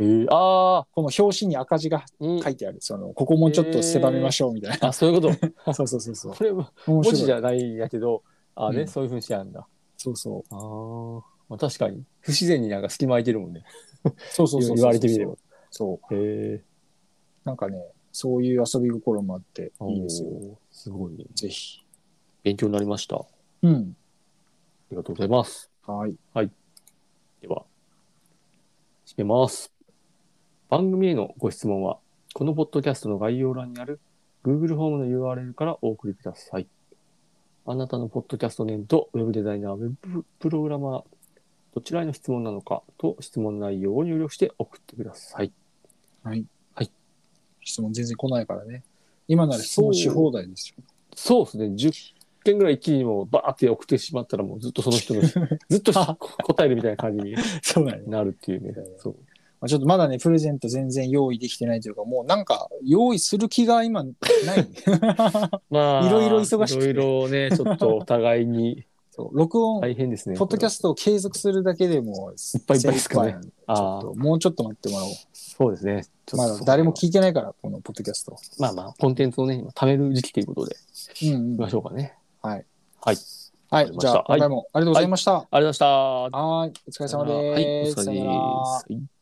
[SPEAKER 1] うん。へえ、あ
[SPEAKER 2] この表紙に赤字が
[SPEAKER 1] ーうん
[SPEAKER 2] 書いてある。その、ここもうちょっと狭めましょう、みたい
[SPEAKER 1] あ、そういうこと。
[SPEAKER 2] な。 そうそうそうそう
[SPEAKER 1] こ。れは
[SPEAKER 2] 面
[SPEAKER 1] 文字じ
[SPEAKER 2] 白い。
[SPEAKER 1] ゃないんやけど、あね、
[SPEAKER 2] うん
[SPEAKER 1] そういうふうにしてあるんだ。
[SPEAKER 2] そうそう。
[SPEAKER 1] あーまあ、確かに。不自然になんか隙間空いてるもんね。
[SPEAKER 2] そうそうそうそう。
[SPEAKER 1] 言われてみれば。
[SPEAKER 2] そう。
[SPEAKER 1] へえ。
[SPEAKER 2] なんかね、そういう遊び心もあって、いいですよ。
[SPEAKER 1] おー。すごいね。
[SPEAKER 2] ぜひ。
[SPEAKER 1] 勉強になりました。あ
[SPEAKER 2] うん。
[SPEAKER 1] りがとうございます。
[SPEAKER 2] はい。
[SPEAKER 1] では、締めます。番組へのご質問は、このポッドキャストの概要欄にある Google ホームの URL からお送りください。あなたのポッドキャスト年とウェブデザイナー、ウェブプログラマー、どちらへの質問なのかと質問内容を入力して送ってください。
[SPEAKER 2] はい。
[SPEAKER 1] はい。
[SPEAKER 2] 質問全然来ないからね。今なら質問し放題です よ。
[SPEAKER 1] そうですね。10件ぐらい一気にもうバーって送ってしまったらもうずっとその人の、ずっとし答えるみたいな感じに
[SPEAKER 2] そうだね。
[SPEAKER 1] なるって いうね。そう。
[SPEAKER 2] まあ、ちょっとまだね、プレゼント全然用意できてないというか、もうなんか用意する気が今 ない。
[SPEAKER 1] ま
[SPEAKER 2] いろいろ忙しくて
[SPEAKER 1] いろいろね、ちょっとお互いに
[SPEAKER 2] そう録音、
[SPEAKER 1] 大変ですね。
[SPEAKER 2] ポッドキャ
[SPEAKER 1] ス
[SPEAKER 2] ストを継続するだけでもい
[SPEAKER 1] っぱいいっぱいですからね
[SPEAKER 2] ち
[SPEAKER 1] ト
[SPEAKER 2] ょっともうちょっと待ってもらおう。
[SPEAKER 1] そうですね。ちょっ
[SPEAKER 2] ま
[SPEAKER 1] と
[SPEAKER 2] だ誰も聞いてないから、このポッドキャスト。
[SPEAKER 1] まあまあ、コンテンツをね、今貯める時期ということで、
[SPEAKER 2] うん
[SPEAKER 1] いき
[SPEAKER 2] うん
[SPEAKER 1] ましょうかね。
[SPEAKER 2] はい。
[SPEAKER 1] はい。
[SPEAKER 2] は
[SPEAKER 1] わかり
[SPEAKER 2] い。
[SPEAKER 1] まし
[SPEAKER 2] じ
[SPEAKER 1] た
[SPEAKER 2] ゃあ、今回もありがとうございました。
[SPEAKER 1] ありがとうございました。
[SPEAKER 2] はい。お疲れ様
[SPEAKER 1] はい、
[SPEAKER 2] で
[SPEAKER 1] お
[SPEAKER 2] す。
[SPEAKER 1] 疲れ
[SPEAKER 2] さよなら
[SPEAKER 1] 様です。はい